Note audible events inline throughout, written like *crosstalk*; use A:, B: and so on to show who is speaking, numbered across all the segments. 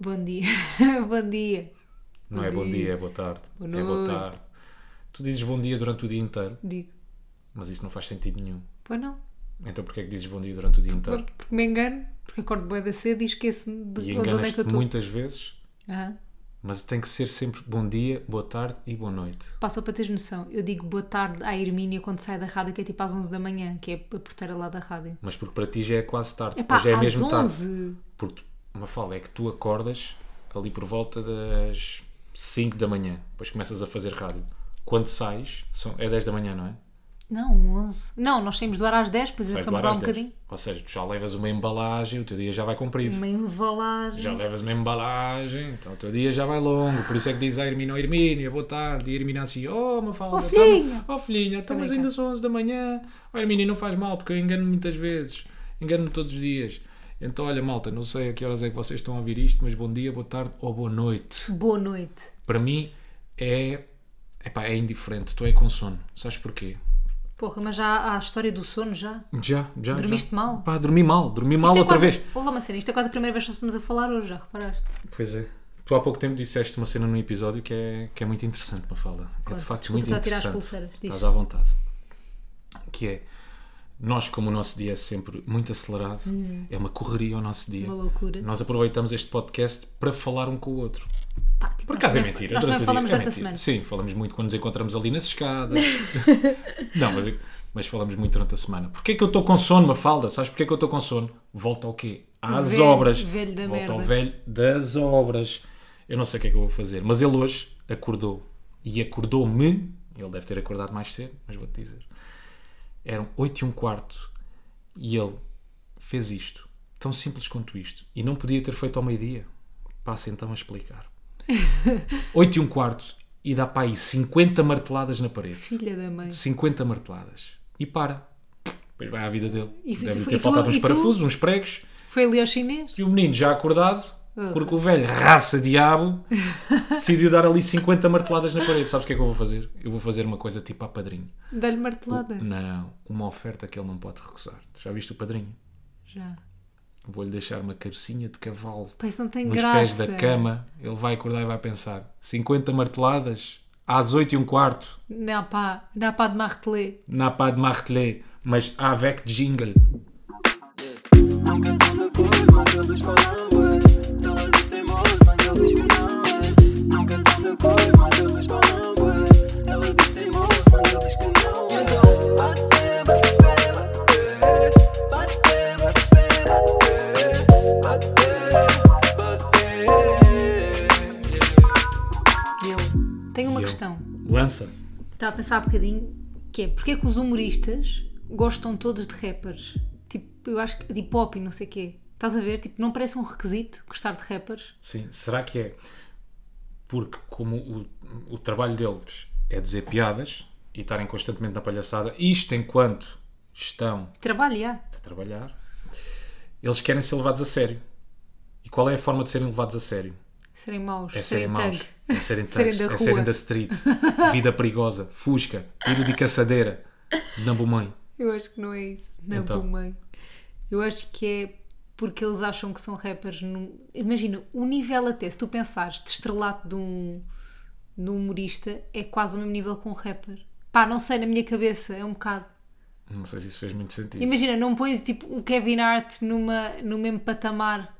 A: Bom dia. *laughs* bom dia.
B: Não é bom dia, é boa tarde.
A: Boa
B: É boa
A: noite.
B: tarde. Tu dizes bom dia durante o dia inteiro,
A: Digo.
B: mas isso não faz sentido nenhum.
A: Pois não.
B: Então porquê é que dizes bom dia durante o dia inteiro?
A: Porque, porque me engano. Porque acordo bem da cedo e esqueço-me
B: E
A: de onde, onde é que eu
B: enganas-te
A: estou.
B: muitas vezes,
A: Aham.
B: mas tem que ser sempre bom dia, boa tarde e boa noite.
A: Pá, só para teres noção, eu digo boa tarde à Hermínia quando sai da rádio, que é tipo às 11 da manhã, que é a porteira lá da rádio.
B: Mas porque para ti já é quase tarde,
A: Pá,
B: depois já é
A: às
B: mesmo tarde.
A: 11.
B: Porque tu- uma fala é que tu acordas ali por volta das 5 da manhã, depois começas a fazer rádio. Quando sais, são, é 10 da manhã, não é?
A: Não, 11. Não, nós saímos do ar às 10, pois ainda
B: Vais do
A: ficamos
B: ar
A: lá
B: às
A: um
B: 10.
A: bocadinho.
B: Ou seja, tu já levas uma embalagem, o teu dia já vai comprido.
A: Uma embalagem.
B: Já levas uma embalagem, então o teu dia já vai longo. Por isso é que diz a Hermina, oh, Hermínia, boa tarde. E a Hermina assim, oh, Mafalda.
A: Oh,
B: tá-
A: filhinha.
B: oh, filhinha, então, mas
A: brincando.
B: ainda são 11 da manhã. Oh, Hermínia, não faz mal, porque eu engano muitas vezes. Engano-me todos os dias. Então, olha, malta, não sei a que horas é que vocês estão a ouvir isto, mas bom dia, boa tarde ou boa noite.
A: Boa noite.
B: Para mim é... Epá, é indiferente, tu é com sono. Sabes porquê?
A: Porra, mas já há a história do sono já?
B: Já, já,
A: Dormiste
B: já.
A: mal?
B: Pá, dormi mal, dormi mal
A: Isto é
B: outra
A: quase-
B: vez.
A: Ouve lá uma cena, isto é quase a primeira vez que nós estamos a falar hoje, já reparaste?
B: Pois é. Tu há pouco tempo disseste uma cena num episódio que é, que é muito interessante para falar. É de
A: Conta.
B: facto
A: Desculpa
B: muito
A: estar a tirar as
B: interessante.
A: pulseiras. Diz.
B: Estás à vontade. Que é, nós como o nosso dia é sempre muito acelerado, é uma correria o nosso dia.
A: Hum. Uma loucura.
B: Nós aproveitamos este podcast para falar um com o outro.
A: Pá, tipo,
B: Por
A: nós
B: acaso é
A: também-
B: mentira.
A: Nós também
B: durante o
A: falamos
B: dia. É
A: durante a
B: mentira.
A: semana.
B: Sim, falamos muito quando nos encontramos ali
A: *laughs*
B: nas escadas. não, mas, mas falamos muito durante a semana. Porquê que eu estou com sono, Mafalda? Sabes porquê que eu estou com sono? Volta ao quê? Às
A: Velho-
B: obras.
A: velho da
B: Volta ao
A: merda.
B: velho das obras. Eu não sei o que é que eu vou fazer, mas ele hoje acordou. E acordou-me. Ele deve ter acordado mais cedo, mas vou-te dizer. Eram 8 e um quarto. E ele fez isto. Tão simples quanto isto. E não podia ter feito ao meio-dia. Passa então a explicar.
A: *laughs*
B: 8 e um quarto e dá para aí 50 marteladas na parede.
A: Filha da mãe.
B: 50 marteladas. E para. Depois vai à vida dele.
A: E tu-
B: Deve
A: e
B: ter
A: tu-
B: faltado uns
A: e tu?
B: parafusos, uns pregos.
A: Foi ali ao chinês?
B: E o menino já acordado,
A: Oh.
B: porque o velho,
A: *laughs*
B: raça diabo, decidiu dar ali 50 marteladas na parede. Sabes o que é que eu vou fazer? Eu vou fazer uma coisa tipo a padrinho.
A: Dá-lhe martelada?
B: Hum. Não, uma oferta que ele não pode recusar. Tu Já viste o padrinho?
A: Já.
B: Vou-lhe deixar uma cabecinha de cavalo
A: Pá, isso não tem
B: nos
A: graça.
B: pés da cama, ele vai acordar e vai pensar: 50 marteladas às 8 e um quarto,
A: Não, pá. Não, pá de martelê.
B: na pá de martelé, mas avec jingle.
C: Não cantando cor, mas eles falam ué. Eles têm voz, mas eles que não é. Não cantando cor, mas eles falam ué. Eles têm voz, mas eles que não é. Então, bate, bate, bate, bate, bate, bate, bate, bate, bate.
A: E eu tenho uma
B: E eu?
A: questão.
B: Lança.
A: Estava a pensar há bocadinho que é porque é que os humoristas gostam todos de rappers? Tipo, eu acho que de hip hop e não sei o quê. Estás a ver? Tipo, não parece um requisito gostar de rappers?
B: Sim, será que é? Porque, como o, o trabalho deles é dizer piadas e estarem constantemente na palhaçada, isto enquanto estão
A: Trabalho, já.
B: a trabalhar, eles querem ser levados a sério. E qual é a forma de serem levados a sério?
A: Serem maus.
B: É serem maus,
A: tanque.
B: é
A: *laughs*
B: serem
A: Serem
B: tanques,
A: da
B: é serem
A: rua.
B: da street, vida perigosa, fusca, tiro de caçadeira, nambo mãe.
A: Eu acho que não é isso. Não,
B: Então.
A: então. meio. Eu acho que é porque eles acham que são rappers. num- Imagina, o nível até, se tu pensares de estrelato de um, de um humorista, é quase o mesmo nível que um rapper. Pá, não sei, na minha cabeça, é um bocado.
B: Não sei se isso fez muito sentido.
A: Imagina, não pões tipo o Kevin Hart numa, no mesmo patamar.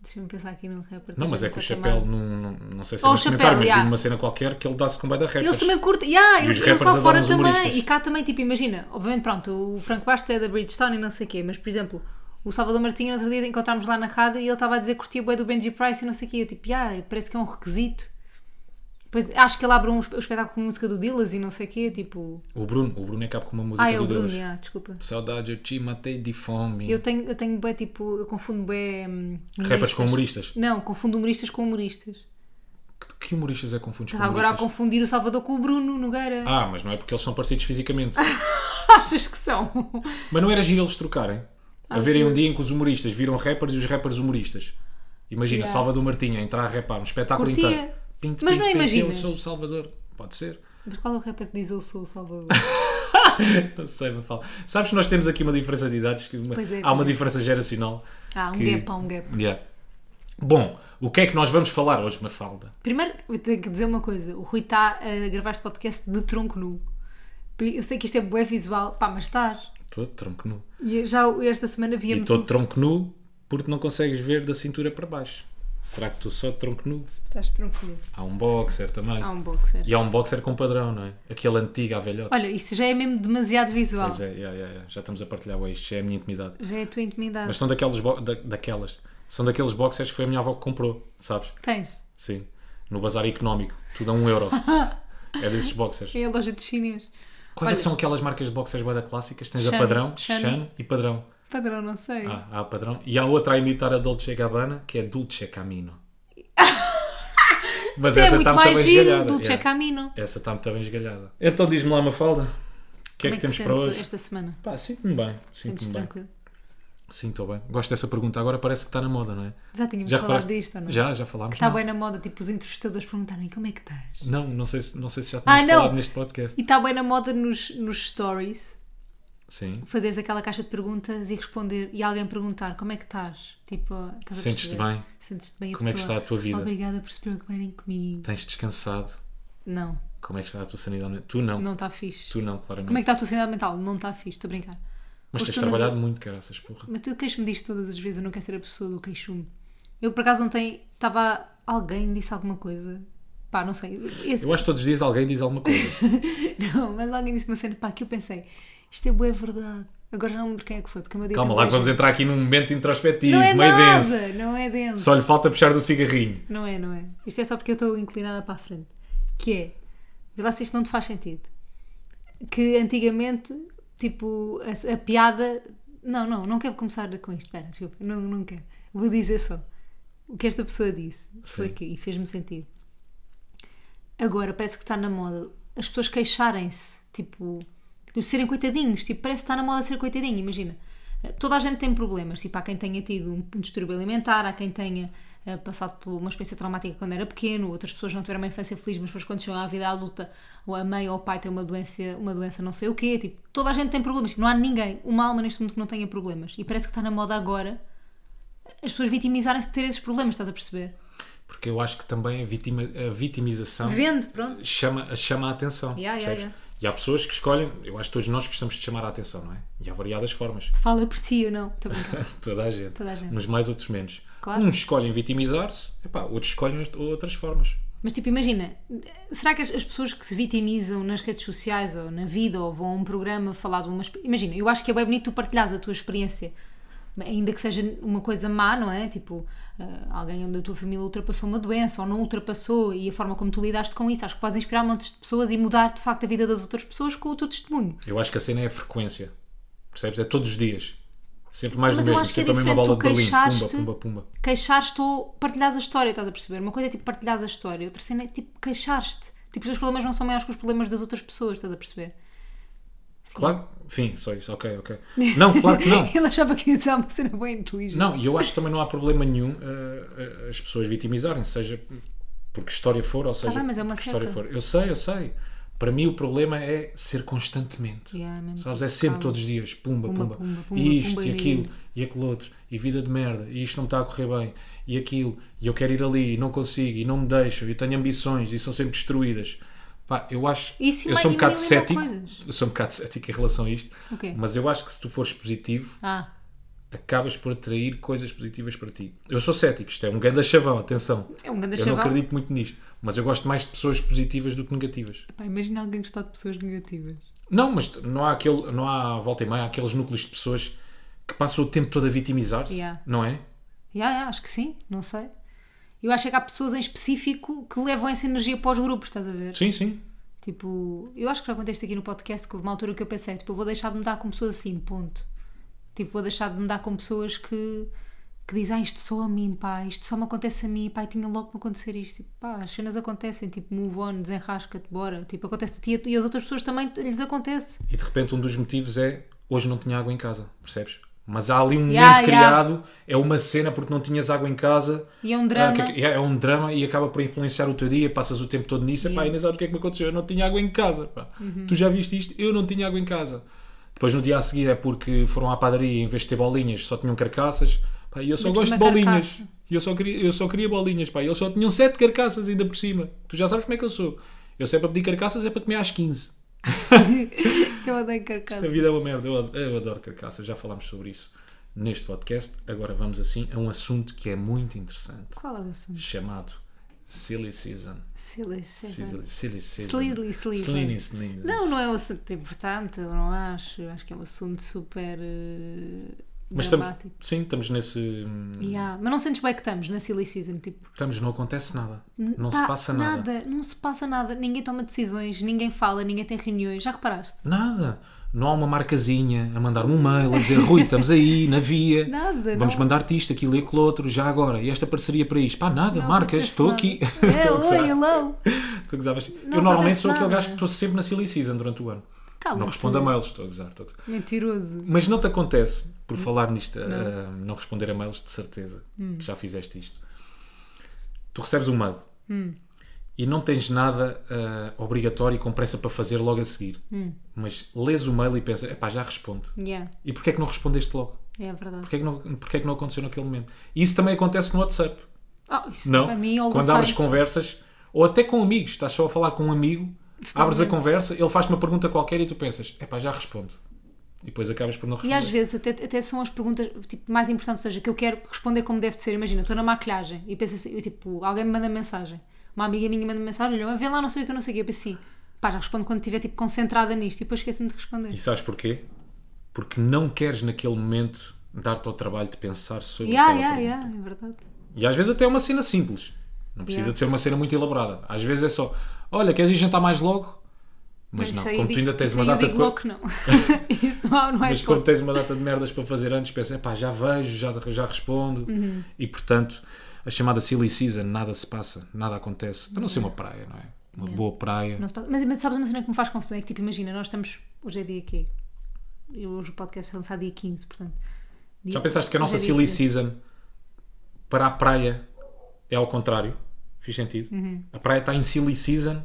A: Deixa-me pensar aqui num rapper.
B: Não,
A: tens
B: mas é
A: mesmo
B: que o
A: patamar.
B: chapéu, não, não, não sei se é
A: Ou
B: um
A: o Chapéu,
B: comentário, mas vi
A: yeah.
B: numa cena qualquer que ele dá-se com bem da rap.
A: Eles também curtem, yeah,
B: E
A: eles,
B: os
A: eles lá
B: rappers
A: fora
B: adoram os
A: também.
B: humoristas.
A: E cá também, tipo, imagina, obviamente, pronto, o Franco Bastos é da Bridgestone e não sei o quê, mas por exemplo, o Salvador Martinho, no outro dia encontramos lá na rádio e ele estava a dizer que curtia bué do Benji Price e não sei o quê. Eu tipo, yeah, parece que é um requisito. Pois acho que ele abre um esp- um espetáculo com música do Dillas e não sei o quê, tipo.
B: O Bruno, o Bruno é que abre com uma música
A: Ah, é
B: do
A: o Bruno,
B: Deus.
A: yeah, desculpa.
B: Saudade, eu te matei de fome.
A: Eu tenho, eu tenho bué, tipo, eu confundo bué. hum,
B: Rappers com humoristas.
A: Não, confundo humoristas com humoristas.
B: Que, que humoristas é que confundes com
A: Está agora a
B: humoristas?
A: confundir o Salvador com o Bruno Nogueira.
B: Ah, mas não é porque eles são parecidos fisicamente. *laughs* Ah.
A: *laughs* Achas que são?
B: mas não era giro eles trocarem?
A: Ah,
B: a verem um dia em que os humoristas viram rappers e os rappers humoristas. Imagina,
A: Yeah.
B: Salvador Martinha entrar a rapar um espetáculo
A: Curtia.
B: inteiro. Pinto,
A: Mas
B: pinto,
A: não
B: pinto, Eu
A: imaginas?
B: sou o Salvador. Pode ser. *laughs*
A: Mas qual é o rapper que diz eu sou o Salvador?
B: Não sei, me fala. Sabes que nós temos aqui uma diferença de idades, que uma-
A: Pois é,
B: há uma
A: pois é.
B: diferença geracional.
A: Ah, um
B: que-
A: gap, há um gap.
B: Yeah. Bom, o que é que nós vamos falar hoje, Mafalda?
A: Primeiro, eu tenho que dizer uma coisa. O Rui está a gravar este podcast de tronco nu. Eu sei que isto é bué visual, pá, mas estar.
B: Estou de tronco nu.
A: E já esta semana
B: E
A: víamos...
B: estou de tronco nu porque não consegues ver da cintura para baixo. Será que estou só de tronco nu?
A: Estás de tronco nu.
B: Há um boxer também.
A: Há um boxer.
B: E há um boxer com padrão, não é? Aquele antigo à velhota.
A: Olha, isso já é mesmo demasiado visual.
B: Pois é, yeah, yeah, yeah. já estamos a partilhar o isto é a minha intimidade.
A: Já é a tua intimidade.
B: Mas são daqueles bo- da- daquelas. São daqueles boxers que foi a minha avó que comprou, sabes?
A: Tens.
B: Sim. No bazar económico. Tudo a
A: *laughs*
B: um euro. É desses boxers.
A: É a loja de chinês.
B: Quais é que
A: Olha-
B: são aquelas marcas de boxers bué da clássicas? Tens
A: Shan,
B: a padrão,
A: Shan.
B: Shan, e padrão.
A: Padrão, não sei.
B: Ah, há a padrão. E há outra a imitar a Dolce Gabbana, que é Dulce
A: *laughs*
B: Camino. Mas
A: Isso é
B: essa
A: muito
B: está muito
A: mais
B: bem
A: giro
B: esgalhada.
A: do Che
B: yeah. é
A: Camino.
B: Essa está muito bem esgalhada. Então diz-me lá, Mafalda, o que é
A: Como
B: que temos
A: te
B: para
A: sentes
B: hoje?
A: esta semana?
B: Pá, sinto-me bem.
A: Sentes
B: Sinto-me bem.
A: tranquilo?
B: Sim, estou bem. Gosto dessa pergunta. Agora parece que está na moda, não é?
A: Já tínhamos
B: Já
A: falado
B: reparaste?
A: disto, ou não? é?
B: Já, já falámos.
A: Está
B: não?
A: bem na moda, tipo, os entrevistadores perguntarem como é que estás.
B: Não, não sei se, não sei se já
A: Ah,
B: tínhamos
A: não.
B: falado neste podcast.
A: E está bem na moda nos, nos stories,
B: Sim.
A: fazeres aquela caixa de perguntas e responder, e alguém perguntar como é que estás? Tipo, estás a
B: Sentes-te
A: perceber?
B: bem?
A: Sentes-te bem a
B: Como é que
A: pessoa,
B: está a tua vida? Tá.
A: Obrigada por se preocuparem comigo.
B: Tens descansado?
A: Não,
B: Como é que está a tua sanidade? mental? Tu não.
A: não está fixe.
B: Tu não, claramente.
A: Como é que está a tua sanidade mental? Não está fixe, estou a brincar.
B: Mas
A: Hoje
B: tens
A: estou no
B: trabalhado muito, cara, essas porra.
A: Mas tu queixo-me disto todas as vezes, eu não quero ser a pessoa do queixume. Eu por acaso ontem estava. Alguém disse alguma coisa. Pá, não sei. Esse-
B: Eu acho que todos os dias alguém diz
A: *laughs*
B: alguma coisa.
A: Não, mas alguém disse uma cena, pá, que eu pensei, isto é boa verdade. Agora já não lembro quem é que foi, porque o meu dia
B: Calma
A: teve
B: lá, que
A: hoje.
B: vamos entrar aqui num momento introspectivo,
A: Não é
B: meio
A: nada,
B: denso.
A: não é denso.
B: Só lhe falta puxar do cigarrinho.
A: Não é, não é. Isto é só porque eu estou inclinada para a frente. Que é, vê lá se isto não te faz sentido. Que antigamente, tipo, a, a piada. Não, não, não quero começar com isto. Espera, desculpa, não, não quero. Vou dizer só. O que esta pessoa disse foi
B: Sim.
A: que, e fez-me sentido. Agora parece que está na moda as pessoas queixarem-se, tipo, de serem coitadinhos. Tipo, parece que está na moda ser coitadinho. Imagina, eh, toda a gente tem problemas. Tipo, há quem tenha tido um um distúrbio alimentar, há quem tenha eh, passado por uma experiência traumática quando era pequeno, outras pessoas não tiveram uma infância feliz, mas depois quando chegam à vida adulta, ou a mãe ou o pai tem uma doença, uma doença não sei o quê. Tipo, toda a gente tem problemas. Tipo, não há ninguém, uma alma neste mundo que não tenha problemas. E parece que está na moda agora as pessoas vitimizarem-se de ter esses problemas, estás a perceber?
B: Porque eu acho que também a, vitima- a vitimização
A: Vendo, pronto.
B: chama, chama a atenção.
A: Yeah, yeah,
B: percebes?
A: yeah.
B: E há pessoas que escolhem, eu acho que todos nós gostamos de chamar a atenção, não é? E há variadas formas. *laughs*
A: Fala por ti, eu não. Estou a brincar.
B: Toda a gente.
A: Toda a gente.
B: Uns mais, outros menos.
A: Claro.
B: Uns escolhem vitimizar-se, epá, outros escolhem as- outras formas.
A: Mas tipo, imagina, será que as, as pessoas que se vitimizam nas redes sociais ou na vida ou vão a um programa falar de uma exp- Imagina, eu acho que é bem bonito tu partilhares a tua experiência, ainda que seja uma coisa má, não é? Tipo, ah, alguém da tua família ultrapassou uma doença ou não ultrapassou e a forma como tu lidaste com isso, acho que podes inspirar montes de pessoas e mudar de facto a vida das outras pessoas com o teu testemunho.
B: Eu acho que a cena é a frequência. Percebes? É todos os dias. Sempre mais
A: Mas
B: do
A: eu
B: mesmo.
A: acho que é
B: Sempre a mesma
A: diferente, tu
B: bola de Berlim. Pumba,
A: queixaste-
B: pumba, pumba.
A: Queixar-te ou partilhares a história, estás a perceber? Uma coisa é tipo partilhares a história, outra cena é tipo queixar-te. Tipo, os teus problemas não são maiores que os problemas das outras pessoas, estás a perceber?
B: Claro. Fim, só isso. Ok, ok. Não, claro que não.
A: *laughs* Ele achava que ia dizer uma cena bem inteligente.
B: Não, e eu acho que também não há problema nenhum eh, eh, as pessoas vitimizarem, seja por que história for, ou seja,
A: bem, mas é uma
B: por que história
A: seca.
B: for. Eu sei, eu sei. Para mim o problema é ser constantemente.
A: Yeah, é mesmo
B: sabes? É sempre
A: calma.
B: todos os dias. Pumba,
A: Pumba,
B: pumba.
A: pumba, pumba,
B: e isto,
A: pumba,
B: e
A: e
B: aquilo,
A: aí.
B: e aquele outro. E vida de merda. E isto não me está a correr bem. E aquilo. E eu quero ir ali e não consigo. E não me deixo. E tenho ambições. E são sempre destruídas. Pá, eu acho.
A: Isso e
B: eu
A: mais-
B: sou um
A: e
B: bocado
A: mil e uma
B: cético.
A: coisas.
B: Eu sou um bocado cético em relação a isto.
A: O quê?
B: Mas eu acho que se tu fores positivo
A: Ah,
B: acabas por atrair coisas positivas para ti. Eu sou cético, isto é um grande chavão, atenção.
A: é um grande
B: eu não
A: chaval.
B: acredito muito nisto, mas eu gosto mais de pessoas positivas do que negativas.
A: Epá, imagina alguém gostar de pessoas negativas.
B: Não, mas t- não há aquele, não há volta e meia, há aqueles núcleos de pessoas que passam o tempo todo a vitimizar-se,
A: Yeah.
B: não é?
A: Yeah, yeah, acho que sim, não sei. Eu acho é que há pessoas em específico que levam essa energia para os grupos, estás a ver?
B: Sim, sim.
A: Tipo, eu acho que já contei isto aqui no podcast que houve uma altura que eu pensei, tipo, eu vou deixar de me dar com pessoas assim, ponto. Tipo, vou deixar de me dar com pessoas que, que dizem, ah, isto só a mim, pá, isto só me acontece a mim, pá, e tinha logo de me acontecer isto. Tipo, pá, as cenas acontecem, tipo, move on, desenrasca-te, bora. Tipo, acontece a ti e as outras pessoas também lhes acontece.
B: E de repente um dos motivos é hoje não tinha água em casa, percebes? Mas há ali um
A: Yeah,
B: momento
A: yeah.
B: criado, é uma cena porque não tinhas água em casa.
A: E é um drama.
B: Ah, que- é é um drama e acaba por influenciar o teu dia, passas o tempo todo nisso, epá, e nem sabes o que é que me aconteceu, eu não tinha água em casa. pá.
A: Uhum.
B: Tu já viste isto? Eu não tinha água em casa. Depois no dia a seguir é porque foram à padaria e em vez de ter bolinhas só tinham carcaças, pá, e eu só
A: Ainda por
B: gosto de
A: cima
B: bolinhas.
A: carcaça.
B: E eu só queria, eu só queria bolinhas, pá. E eles só tinham 7 carcaças ainda por cima. Tu já sabes como é que eu sou. Eu sempre é para pedir carcaças, é para comer às 15.
A: *laughs* Eu odeio
B: A
A: carcaça.
B: vida é uma merda, eu adoro, eu adoro carcaças, já falámos sobre isso neste podcast. Agora vamos assim a um assunto que é muito interessante,
A: Qual é o assunto?
B: chamado Silly Season.
A: Silly, silly.
B: Silly, silly Season.
A: Silly season.
B: Silly season.
A: Não, não é um assunto importante, eu não acho. Eu Acho que é um assunto super eh,
B: Mas estamos,
A: dramático.
B: sim, estamos nesse... hum,
A: Yeah. Mas não sentes bem que estamos na silly season, tipo...
B: Estamos, não acontece nada. Não
A: pá,
B: se passa nada.
A: Não se passa nada. Ninguém toma decisões, ninguém fala, ninguém tem reuniões. Já reparaste?
B: Nada. Não há uma marcazinha a mandar-me um mail a dizer Rui, estamos aí, na via.
A: Nada,
B: Vamos
A: não.
B: mandar-te isto, aquilo e aquilo outro, já agora. E esta parceria para isto. Pá, nada,
A: Não
B: marcas,
A: acontece
B: estou
A: nada.
B: aqui.
A: É,
B: *laughs* Estou a gozar.
A: oi, hello.
B: Tu gozavas.
A: Não
B: eu normalmente
A: acontece
B: sou aquele
A: nada. Ah,
B: gajo que estou sempre na silly season durante o ano.
A: Cala-te.
B: Não respondo a mails, estou a gozar, estou a gozar.
A: Mentiroso.
B: Mas não te acontece, por
A: Hum.
B: falar nisto, ah, não responder a mails, de certeza, que já fizeste isto. Tu recebes um mail
A: Hum.
B: e não tens nada ah, obrigatório e com pressa para fazer logo a seguir.
A: Hum.
B: Mas lês o mail e pensas, epá, já respondo.
A: Yeah,
B: E porquê é que não respondeste logo?
A: é verdade.
B: Porquê é que não, porquê é que não aconteceu naquele momento? E isso também acontece no WhatsApp.
A: Ah, isso
B: Não,
A: para mim, all the
B: quando abres
A: time.
B: conversas, ou até com amigos, estás só a falar com um amigo, abres a
A: Totalmente.
B: conversa, ele faz-te uma pergunta qualquer e tu pensas, epá, já respondo. E depois acabas por não
A: E
B: responder.
A: às vezes até, até são as perguntas tipo, mais importantes, ou seja, que eu quero responder como deve de ser. Imagina, estou na maquilhagem e penso assim, eu, tipo, alguém me manda mensagem. Uma amiga minha manda mensagem, olha, vê lá, não sei o que, eu não sei o que. Eu penso assim, pá, já respondo quando estiver tipo, concentrada nisto e depois esqueço-me de responder.
B: E sabes porquê? Porque não queres naquele momento dar-te ao trabalho de pensar sobre
A: Yeah,
B: aquela
A: yeah, yeah,
B: pergunta.
A: é verdade.
B: E às vezes até é uma cena simples. Não precisa
A: Yeah.
B: de ser uma cena muito elaborada. Às vezes é só, olha, queres ir jantar mais logo? Mas não,
A: isso aí
B: como tu
A: digo-
B: ainda tens
A: isso
B: uma
A: aí eu
B: data de
A: digo
B: co-
A: logo que
B: *laughs*
A: não. *laughs* isso não, há- não é
B: Mas quando
A: hipótese.
B: tens uma data de merdas para fazer antes, pensas, epá, já vejo, já, já respondo.
A: Uhum.
B: E portanto, a chamada silly season, nada se passa, nada acontece. A não ser uma praia, não é? Uma boa praia.
A: Não se passa- Mas, mas sabes uma cena que me faz confusão? É que tipo, imagina, nós estamos. Hoje é dia quê? Eu, hoje o podcast foi lançado dia 15, portanto. é
B: Já pensaste que a nossa silly
A: silly
B: season para a praia é ao contrário? Fiz sentido?
A: Uhum.
B: A praia está em silly season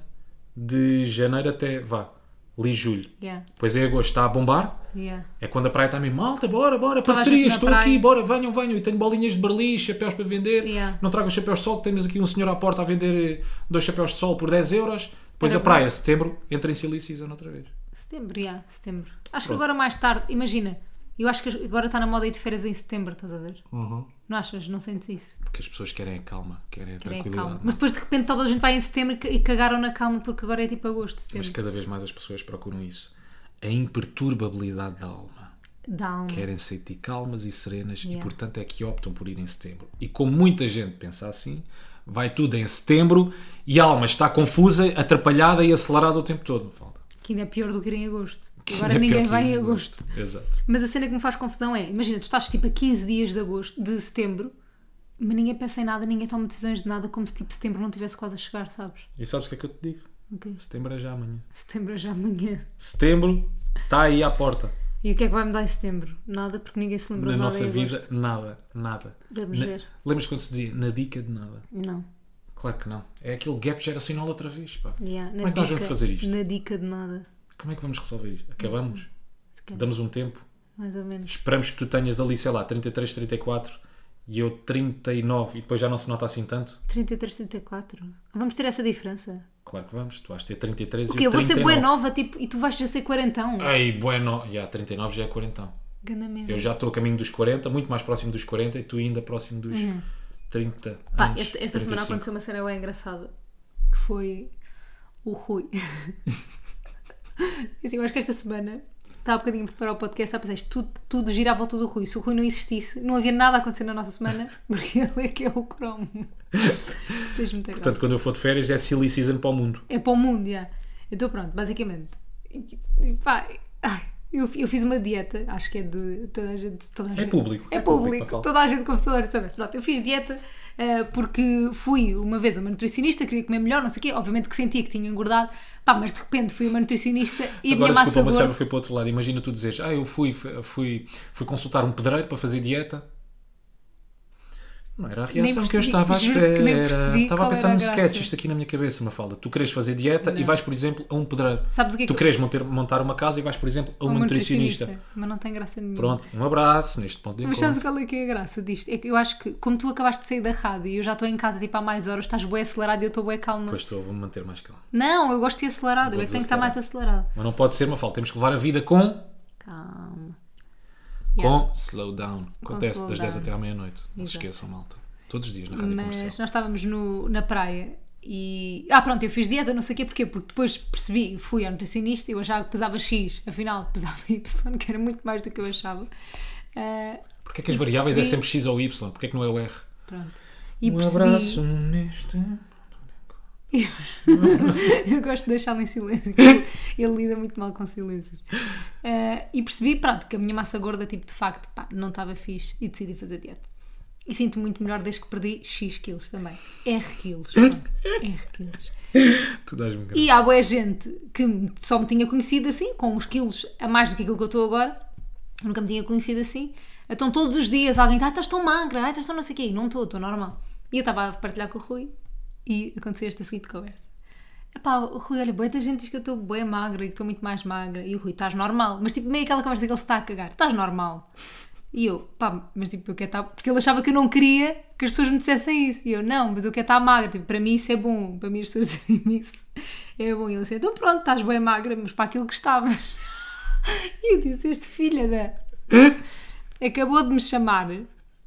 B: de janeiro até, vá, ali julho.
A: Yeah,
B: Depois em agosto está a bombar.
A: yeah.
B: É quando a praia está mesmo, malta, bora, bora,
A: Toda a gente
B: parcerias,
A: na
B: estou
A: praia.
B: aqui, bora, venham, venham. E tenho bolinhas de berlim, chapéus para vender.
A: Yeah.
B: Não trago os chapéus de sol, que temos aqui um senhor à porta a vender eh, dois chapéus de sol por 10 euros. Depois
A: Era
B: a praia, setembro, entra em Silly Season outra vez.
A: Setembro, já, setembro. Acho que agora mais tarde, imagina, eu acho que agora está na moda ir de feiras em setembro, estás a ver?
B: Uhum.
A: Não achas? Não sentes isso?
B: Porque as pessoas querem a calma, querem a
A: É a
B: tranquilidade.
A: calma.
B: não é?
A: Mas depois de repente toda a gente vai em setembro e ca- e cagaram na calma porque agora é tipo agosto,
B: Mas
A: setembro.
B: cada vez mais as pessoas procuram isso. A imperturbabilidade da alma.
A: Dá um.
B: Querem sentir calmas e serenas e,
A: Yeah.
B: portanto, é que optam por ir em setembro. E como muita gente pensa assim, vai tudo em setembro e a alma está confusa, atrapalhada e acelerada o tempo todo. Não falta.
A: Que ainda é pior do que ir em agosto.
B: É
A: Agora
B: pior
A: ninguém
B: que
A: vai em agosto.
B: Exato.
A: Mas a cena que me faz confusão é, imagina, tu estás tipo a 15 dias de agosto, de setembro, mas ninguém pensa em nada, ninguém toma decisões de nada, como se tipo setembro não tivesse quase a chegar, sabes?
B: E sabes o que é que eu te digo?
A: Ok.
B: Setembro é já amanhã.
A: Setembro é já amanhã.
B: Setembro está aí à porta.
A: E o que é que vai mudar em setembro? Nada, porque ninguém se lembra
B: Na
A: de nada
B: nossa
A: em
B: vida,
A: agosto.
B: nada, nada.
A: Vamos
B: Na-
A: ver.
B: Lembras quando se dizia na dica de nada?
A: Não.
B: Claro que não. É aquele gap geracional outra vez. Pá.
A: Yeah, na
B: Como é que nós vamos fazer isto?
A: Na dica de nada.
B: Como é que vamos resolver isto? Acabamos?
A: Se calhar,
B: Damos um tempo?
A: Mais ou menos.
B: Esperamos que tu tenhas ali, sei lá, 33, 34 e eu 39 e depois já não se nota assim tanto?
A: 33, 34. Vamos ter essa diferença.
B: Claro que vamos. Tu vais ter 33
A: Porque
B: e
A: eu
B: eu
A: vou
B: 39.
A: ser bué nova, tipo, e tu vais já ser quarentão.
B: Ei, bueno. Já, 39 já é 40.
A: Ganda merda.
B: Eu já estou a caminho dos 40, muito mais próximo dos 40 e tu ainda próximo dos 30.
A: Uhum. Pá,
B: anos,
A: esta, esta semana
B: 35.
A: aconteceu uma cena bem engraçada que foi o
B: *laughs*
A: Rui. assim, eu acho que esta semana estava um bocadinho a preparar o podcast, a pensar isto tudo, tudo gira à volta do Rui. Se o Rui não existisse, não havia nada a acontecer na nossa semana *laughs* porque ele é que é o cromo.
B: *laughs*
A: Tens muita graça.
B: Portanto, quando eu for de férias é silly season para o mundo.
A: É para o mundo, já. Então pronto, basicamente. E- e Pá, ai, eu, fi- eu fiz uma dieta, acho que é de toda a gente. Toda a gente-
B: público,
A: É,
B: é público,
A: público.
B: Mafalda.
A: toda a gente, como se toda a gente soubesse. Pronto, eu fiz dieta eh, porque fui uma vez a uma nutricionista, queria comer melhor, não sei o quê. Obviamente que sentia que tinha engordado. Pá, mas de repente fui a uma nutricionista e a minha
B: Agora,
A: massa
B: desculpa, o meu
A: gorda.
B: cérebro foi para o outro lado. Imagina tu dizeres, ah, eu fui, fui, fui consultar um pedreiro para fazer dieta. Não era a reação que eu
A: percebi,
B: estava à
A: juro-te que
B: espera.
A: nem percebi
B: Estava a
A: qual
B: pensar
A: era
B: num
A: a
B: sketch,
A: graça.
B: isto aqui na minha cabeça, Mafalda. Tu queres fazer dieta e vais, por exemplo, a um pedreiro.
A: Sabes o que é
B: tu
A: que-
B: queres monter- montar uma casa e vais, por exemplo, a uma,
A: Um
B: nutricionista.
A: Mas não tem graça nenhuma.
B: Pronto, um abraço neste ponto de
A: Mas
B: encontro.
A: sabes qual é que é a graça disto? É que eu acho que, como tu acabaste de sair da rádio e eu já estou em casa tipo há mais horas, estás bem acelerado e eu estou bem calma.
B: Pois estou, vou-me manter mais calmo.
A: Não, eu gosto de ir acelerado, eu
B: Vou
A: é que tenho que estar mais acelerado.
B: Mas não pode ser, Mafalda. Temos que levar a vida com...
A: Calma.
B: Com slowdown. Acontece das
A: slowdown.
B: 10 até à meia-noite. Não se
A: Exato.
B: esqueçam, malta. Todos os dias na rádio
A: Mas
B: comercial.
A: nós estávamos no- na praia e. Ah, pronto, eu fiz dieta, não sei o quê, porquê? Porque depois percebi, fui ao nutricionista e eu achava que pesava X, afinal pesava Y, *laughs* que era muito mais do que eu achava. Ah,
B: Porquê é que as variáveis é
A: percebi-
B: sempre X ou Y? Porquê é que não é o R?
A: pronto. E
B: um
A: percebi.
B: abraço neste...
A: *laughs* Eu gosto de deixá-lo em silêncio, porque ele, ele lida muito mal com silêncios. Eh, e percebi, pronto, que a minha massa gorda, tipo, de facto, pá, não estava fixe e decidi fazer dieta. E sinto muito melhor desde que perdi X quilos também. R quilos, pronto. R quilos.
B: Tu dás-me um graça.
A: E há boa gente que só me tinha conhecido assim, com uns quilos a mais do que aquilo que eu estou agora. Nunca me tinha conhecido assim. Então todos os dias alguém está, ah, estás tão magra, ah, estás tão não sei o quê. E Não estou, estou normal. E eu estava a partilhar com o Rui e aconteceu esta seguinte conversa. Epá, o Rui, olha, boa da gente diz que eu estou bem magra e que estou muito mais magra. E o Rui, estás normal. Mas tipo, meio aquela conversa que ele se está a cagar. Estás normal. E eu, pá, mas tipo, eu quero estar... Porque ele achava que eu não queria que as pessoas me dissessem isso. E eu, não, mas eu quero estar magra. Tipo, para mim isso é bom. Para mim as pessoas *laughs* dizerem isso é bom. E ele disse, então pronto, estás bem magra, mas para aquilo que estavas. *laughs* E eu disse, este filha da... Acabou de me chamar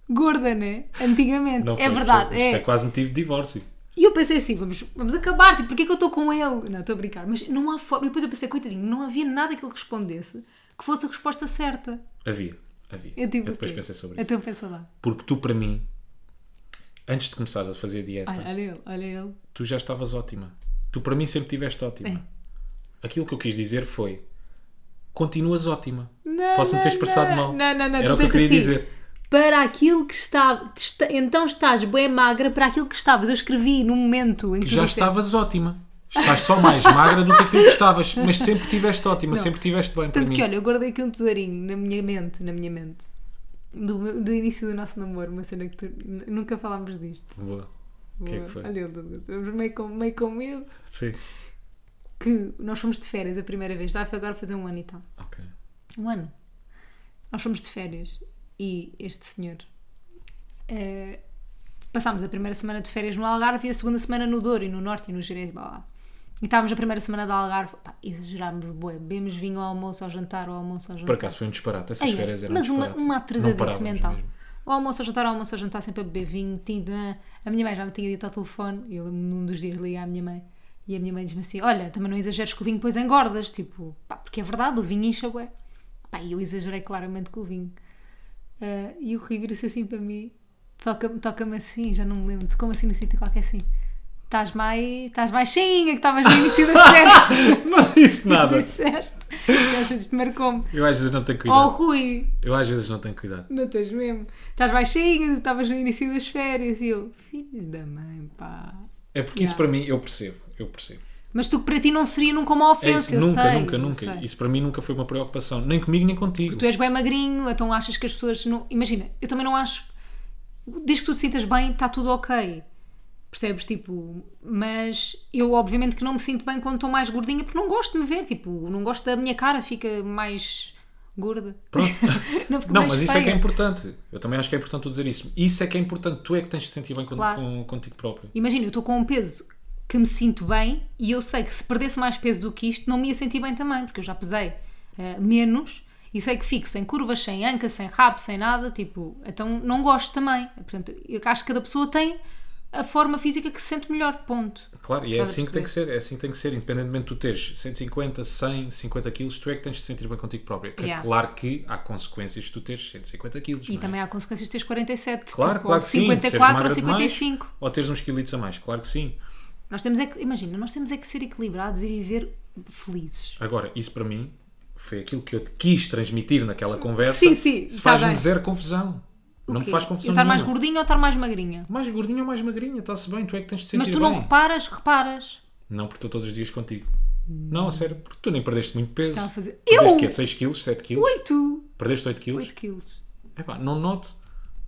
A: gorda, né? Antigamente.
B: Não
A: é
B: foi,
A: verdade.
B: foi. Isto
A: é.
B: é quase motivo de divórcio.
A: E eu pensei assim, vamos, vamos acabar, tipo, porque é que eu estou com ele? Não, estou a brincar, mas não há forma. E depois eu pensei, coitadinho, não havia nada que ele respondesse que fosse a resposta certa.
B: Havia, havia.
A: Eu, tipo,
B: depois
A: o quê?
B: pensei sobre isso.
A: Então pensa lá.
B: Porque tu, para mim, antes de começares a fazer dieta,
A: Olha, olha ele, olha ele.
B: tu já estavas ótima. Tu, para mim, sempre estiveste ótima. Aquilo que eu quis dizer foi: continuas ótima.
A: Não,
B: Posso-me ter
A: não,
B: expressado
A: não.
B: mal.
A: Não, não, não,
B: Era
A: tu
B: o que eu
A: disseste
B: queria
A: assim.
B: dizer.
A: Para aquilo que estava. esta- Então estás bem magra para aquilo que estavas. Eu escrevi no momento em que,
B: Que
A: tu
B: já
A: disseste.
B: estavas ótima. Estás só mais magra do que aquilo que estavas, mas sempre estiveste ótima, sempre estiveste bem para
A: Tanto
B: mim.
A: que, olha, eu guardei aqui um tesourinho na minha mente, na minha mente. Do, meu- do início do nosso namoro, uma cena que tu, n- nunca falámos disto.
B: Tipo, Boa. O que é que foi?
A: Olha ele, estamos meio com, meio com medo.
B: Sim.
A: que nós fomos de férias a primeira vez, já foi agora fazer um ano e tal.
B: Ok.
A: Um ano. Nós fomos de férias e este senhor. eh, passámos a primeira semana de férias no Algarve e a segunda semana no Douro e no Norte e no Jerez e blá, blá. E estávamos na primeira semana do Algarve, pá, exagerámos, bué, bebemos vinho ao almoço, ao jantar, ao almoço, ao jantar.
B: Por acaso foi um disparate. Essas
A: Ai, é,
B: férias eram um
A: Mas uma,
B: disparate.
A: uma então.
B: Não
A: atrasadice
B: parávamos
A: mental.
B: mesmo.
A: O almoço ao jantar, o almoço ao jantar, sempre a beber vinho, tinto. ah. A minha mãe já me tinha dito ao telefone, e eu lembro-me num dos dias liguei à minha mãe, e a minha mãe diz-me assim: Olha, também não exageres que o vinho depois engordas. Tipo, pá, porque é verdade, o vinho incha, ué. Pá, e eu exagerei claramente com o vinho. Ah, e o Rui vira-se assim para mim, toca-me toca assim, já não me lembro, como assim no sítio qualquer assim. Estás mais, estás mais cheinha que estavas no início
B: *laughs*
A: das férias.
B: Não
A: *laughs*
B: disse nada.
A: Disseste. Eu acho que isto marcou-me.
B: Eu às vezes não tenho
A: Oh,
B: cuidado.
A: Rui,
B: Eu às vezes não tenho cuidado.
A: não tens mesmo. Estás baixinha, estavas no início das férias. E eu, filho da mãe, pá.
B: É porque isso para mim, eu percebo. Eu percebo.
A: Mas tu que para ti não seria nunca uma
B: É
A: ofensa,
B: isso,
A: eu
B: nunca,
A: sei.
B: nunca,
A: eu
B: nunca.
A: sei.
B: Isso para mim nunca foi uma preocupação. Nem comigo, nem contigo.
A: Tu és bem magrinho, então achas que as pessoas não. Imagina, eu também não acho. Desde que tu te sintas bem, está tudo ok. Percebes? Tipo, mas eu obviamente que não me sinto bem quando estou mais gordinha porque não gosto de me ver. Tipo, não gosto da minha cara, fica mais gorda.
B: Pronto.
A: *laughs* não, fica
B: Não,
A: mais
B: mas isso é que é
A: um feia.
B: importante. Eu também acho que é importante tu dizer isso. Isso é que é importante. Tu é que tens de sentir bem con-
A: Claro.
B: com- contigo próprio.
A: Imagina, eu estou com um peso que me sinto bem e eu sei que se perdesse mais peso do que isto, não me ia sentir bem também, porque eu já pesei eh, menos e sei que fico sem curvas, sem anca, sem rabo, sem nada, tipo, então não gosto também. Portanto, eu acho que cada pessoa tem a forma física que se sente melhor, ponto.
B: Claro, e é
A: Estás a
B: assim que tem que
A: perceber?
B: ser. É assim que tem que ser. Independentemente de tu teres 150, 100, 50 quilos, tu é que tens de sentir bem contigo próprio. Que é
A: Yeah.
B: Claro que há consequências de tu teres 150 quilos.
A: E
B: não é?
A: também há consequências de teres 47,
B: Claro,
A: tipo, ou
B: claro que sim.
A: 54
B: Seres
A: ou
B: magra demais
A: 55.
B: ou teres uns quilitos a mais. Claro que sim.
A: Nós temos é que, imagina, nós temos é que ser equilibrados e viver felizes.
B: Agora, isso para mim foi aquilo que eu te quis transmitir naquela conversa.
A: Sim, sim,
B: Se
A: está
B: faz-me
A: bem.
B: zero confusão.
A: O
B: não me
A: quê?
B: faz confusão
A: Eu estar mais
B: nenhuma.
A: gordinha ou estar mais magrinha?
B: mais gordinha ou mais magrinha, está-se bem, tu é que tens de sentir
A: Mas tu
B: bem.
A: não reparas, reparas.
B: Não, porque estou todos os dias contigo. Não, a sério, porque tu nem perdeste muito peso.
A: Estava a fazer-
B: Perdeste
A: Eu?
B: quê? 6 quilos, 7 quilos?
A: Oito!
B: Perdeste 8 quilos?
A: 8 quilos.
B: Epá, não noto.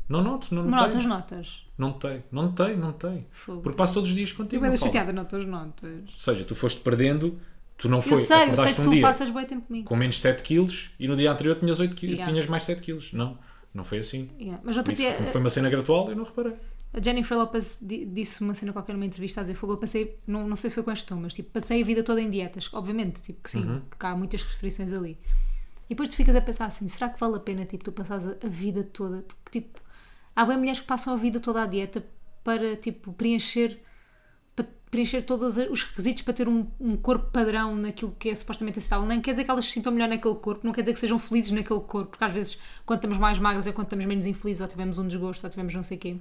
B: Não noto, não
A: Notas,
B: noto.
A: notas.
B: Não notei, não notei, não notei.
A: Fogo.
B: Porque passo todos os dias
A: Eu
B: contigo.
A: vou
B: não falo.
A: chateada, não estou notas.
B: Ou seja, tu foste perdendo, tu não
A: Eu
B: foi,
A: sei, eu sei
B: acordaste
A: que
B: um
A: tu
B: dia
A: passas bem tempo comigo.
B: com menos 7 quilos e no dia anterior tinhas, 8 quilos,
A: Yeah.
B: tinhas mais 7 quilos. Não, não foi assim.
A: Yeah. Mas
B: Por
A: outro
B: isso,
A: dia,
B: como foi uma cena gradual, eu não reparei.
A: A Jennifer Lopez di- disse uma cena qualquer numa entrevista a dizer fogo, eu passei, não, não sei se foi com este tom, mas tipo, passei a vida toda em dietas, obviamente, tipo que sim,
B: Uhum.
A: que há muitas restrições ali. E depois tu ficas a pensar assim, será que vale a pena tipo, tu passares a a vida toda? Porque tipo, há bem mulheres que passam a vida toda à dieta para tipo preencher para preencher todos os requisitos para ter um, um corpo padrão naquilo que é supostamente aceitável. Não quer dizer que elas se sintam melhor naquele corpo, não quer dizer que sejam felizes naquele corpo, porque às vezes quando estamos mais magras é quando estamos menos infelizes, ou tivemos um desgosto, ou tivemos não sei o quê.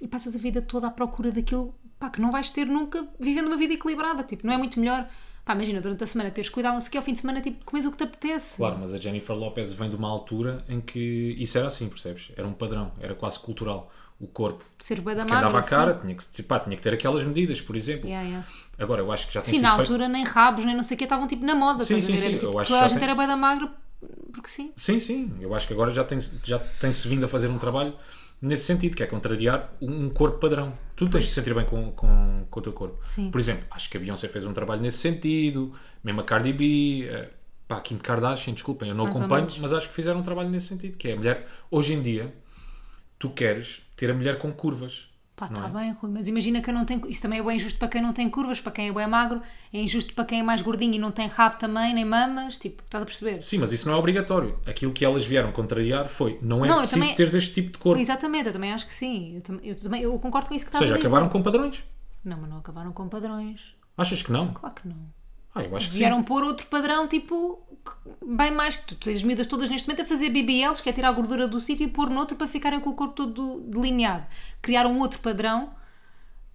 A: E passas a vida toda à procura daquilo pá, que não vais ter nunca vivendo uma vida equilibrada. Tipo, não é muito melhor. Pá, imagina, durante a semana teres cuidado, não sei o quê, ao fim de semana tipo, comes o que te apetece.
B: Claro, mas a Jennifer Lopez vem de uma altura em que isso era assim, percebes? Era um padrão, era quase cultural. O corpo
A: Ser bué da
B: de quem dava
A: magra,
B: a cara tinha que, tipo, pá, tinha que ter aquelas medidas, por exemplo.
A: sim. Yeah, yeah.
B: Agora, eu acho que já tem
A: Sim,
B: sido
A: na
B: feito-
A: altura nem rabos, nem não sei o quê, estavam tipo na moda.
B: Sim,
A: estás a
B: sim,
A: ver? Era,
B: sim,
A: tipo,
B: eu acho
A: toda
B: que
A: a
B: já
A: gente
B: tem-
A: era bué da magra porque sim.
B: Sim, sim. Eu acho que agora já tem já tem-se vindo a fazer um trabalho nesse sentido, que é contrariar um um corpo padrão. Tu tens de se sentir bem com, com, com o teu corpo.
A: Sim.
B: Por exemplo, acho que a Beyoncé fez um trabalho nesse sentido, mesmo a Cardi B, eh, pá, Kim Kardashian, desculpem, eu não
A: Mais ou
B: acompanho,
A: menos.
B: mas acho que fizeram um trabalho nesse sentido, que é a mulher, hoje em dia, tu queres ter a mulher com curvas.
A: Pá,
B: não
A: está
B: é?
A: bem, Rui, mas imagina que eu não tenho. Isso também é bem injusto para quem não tem curvas, para quem é bem magro, é injusto para quem é mais gordinho e não tem rabo também, nem mamas. Tipo, estás a perceber?
B: Sim, mas isso não é obrigatório. Aquilo que elas vieram contrariar foi, não é
A: Não, eu
B: preciso
A: também-
B: teres este tipo de corpo.
A: Exatamente, eu também acho que sim. Eu, tam- eu também, eu concordo com isso que
B: Ou
A: estás
B: seja,
A: a dizer.
B: acabaram com padrões.
A: Não, mas não acabaram com padrões.
B: Achas que não?
A: Claro que não.
B: Ah, eu acho que sim.
A: Vieram pôr outro padrão, tipo, que- bem mais. Tu tens as miúdas todas neste momento a fazer BBLs, que é tirar a gordura do sítio e pôr noutro para ficarem com o corpo todo delineado. Criaram outro padrão,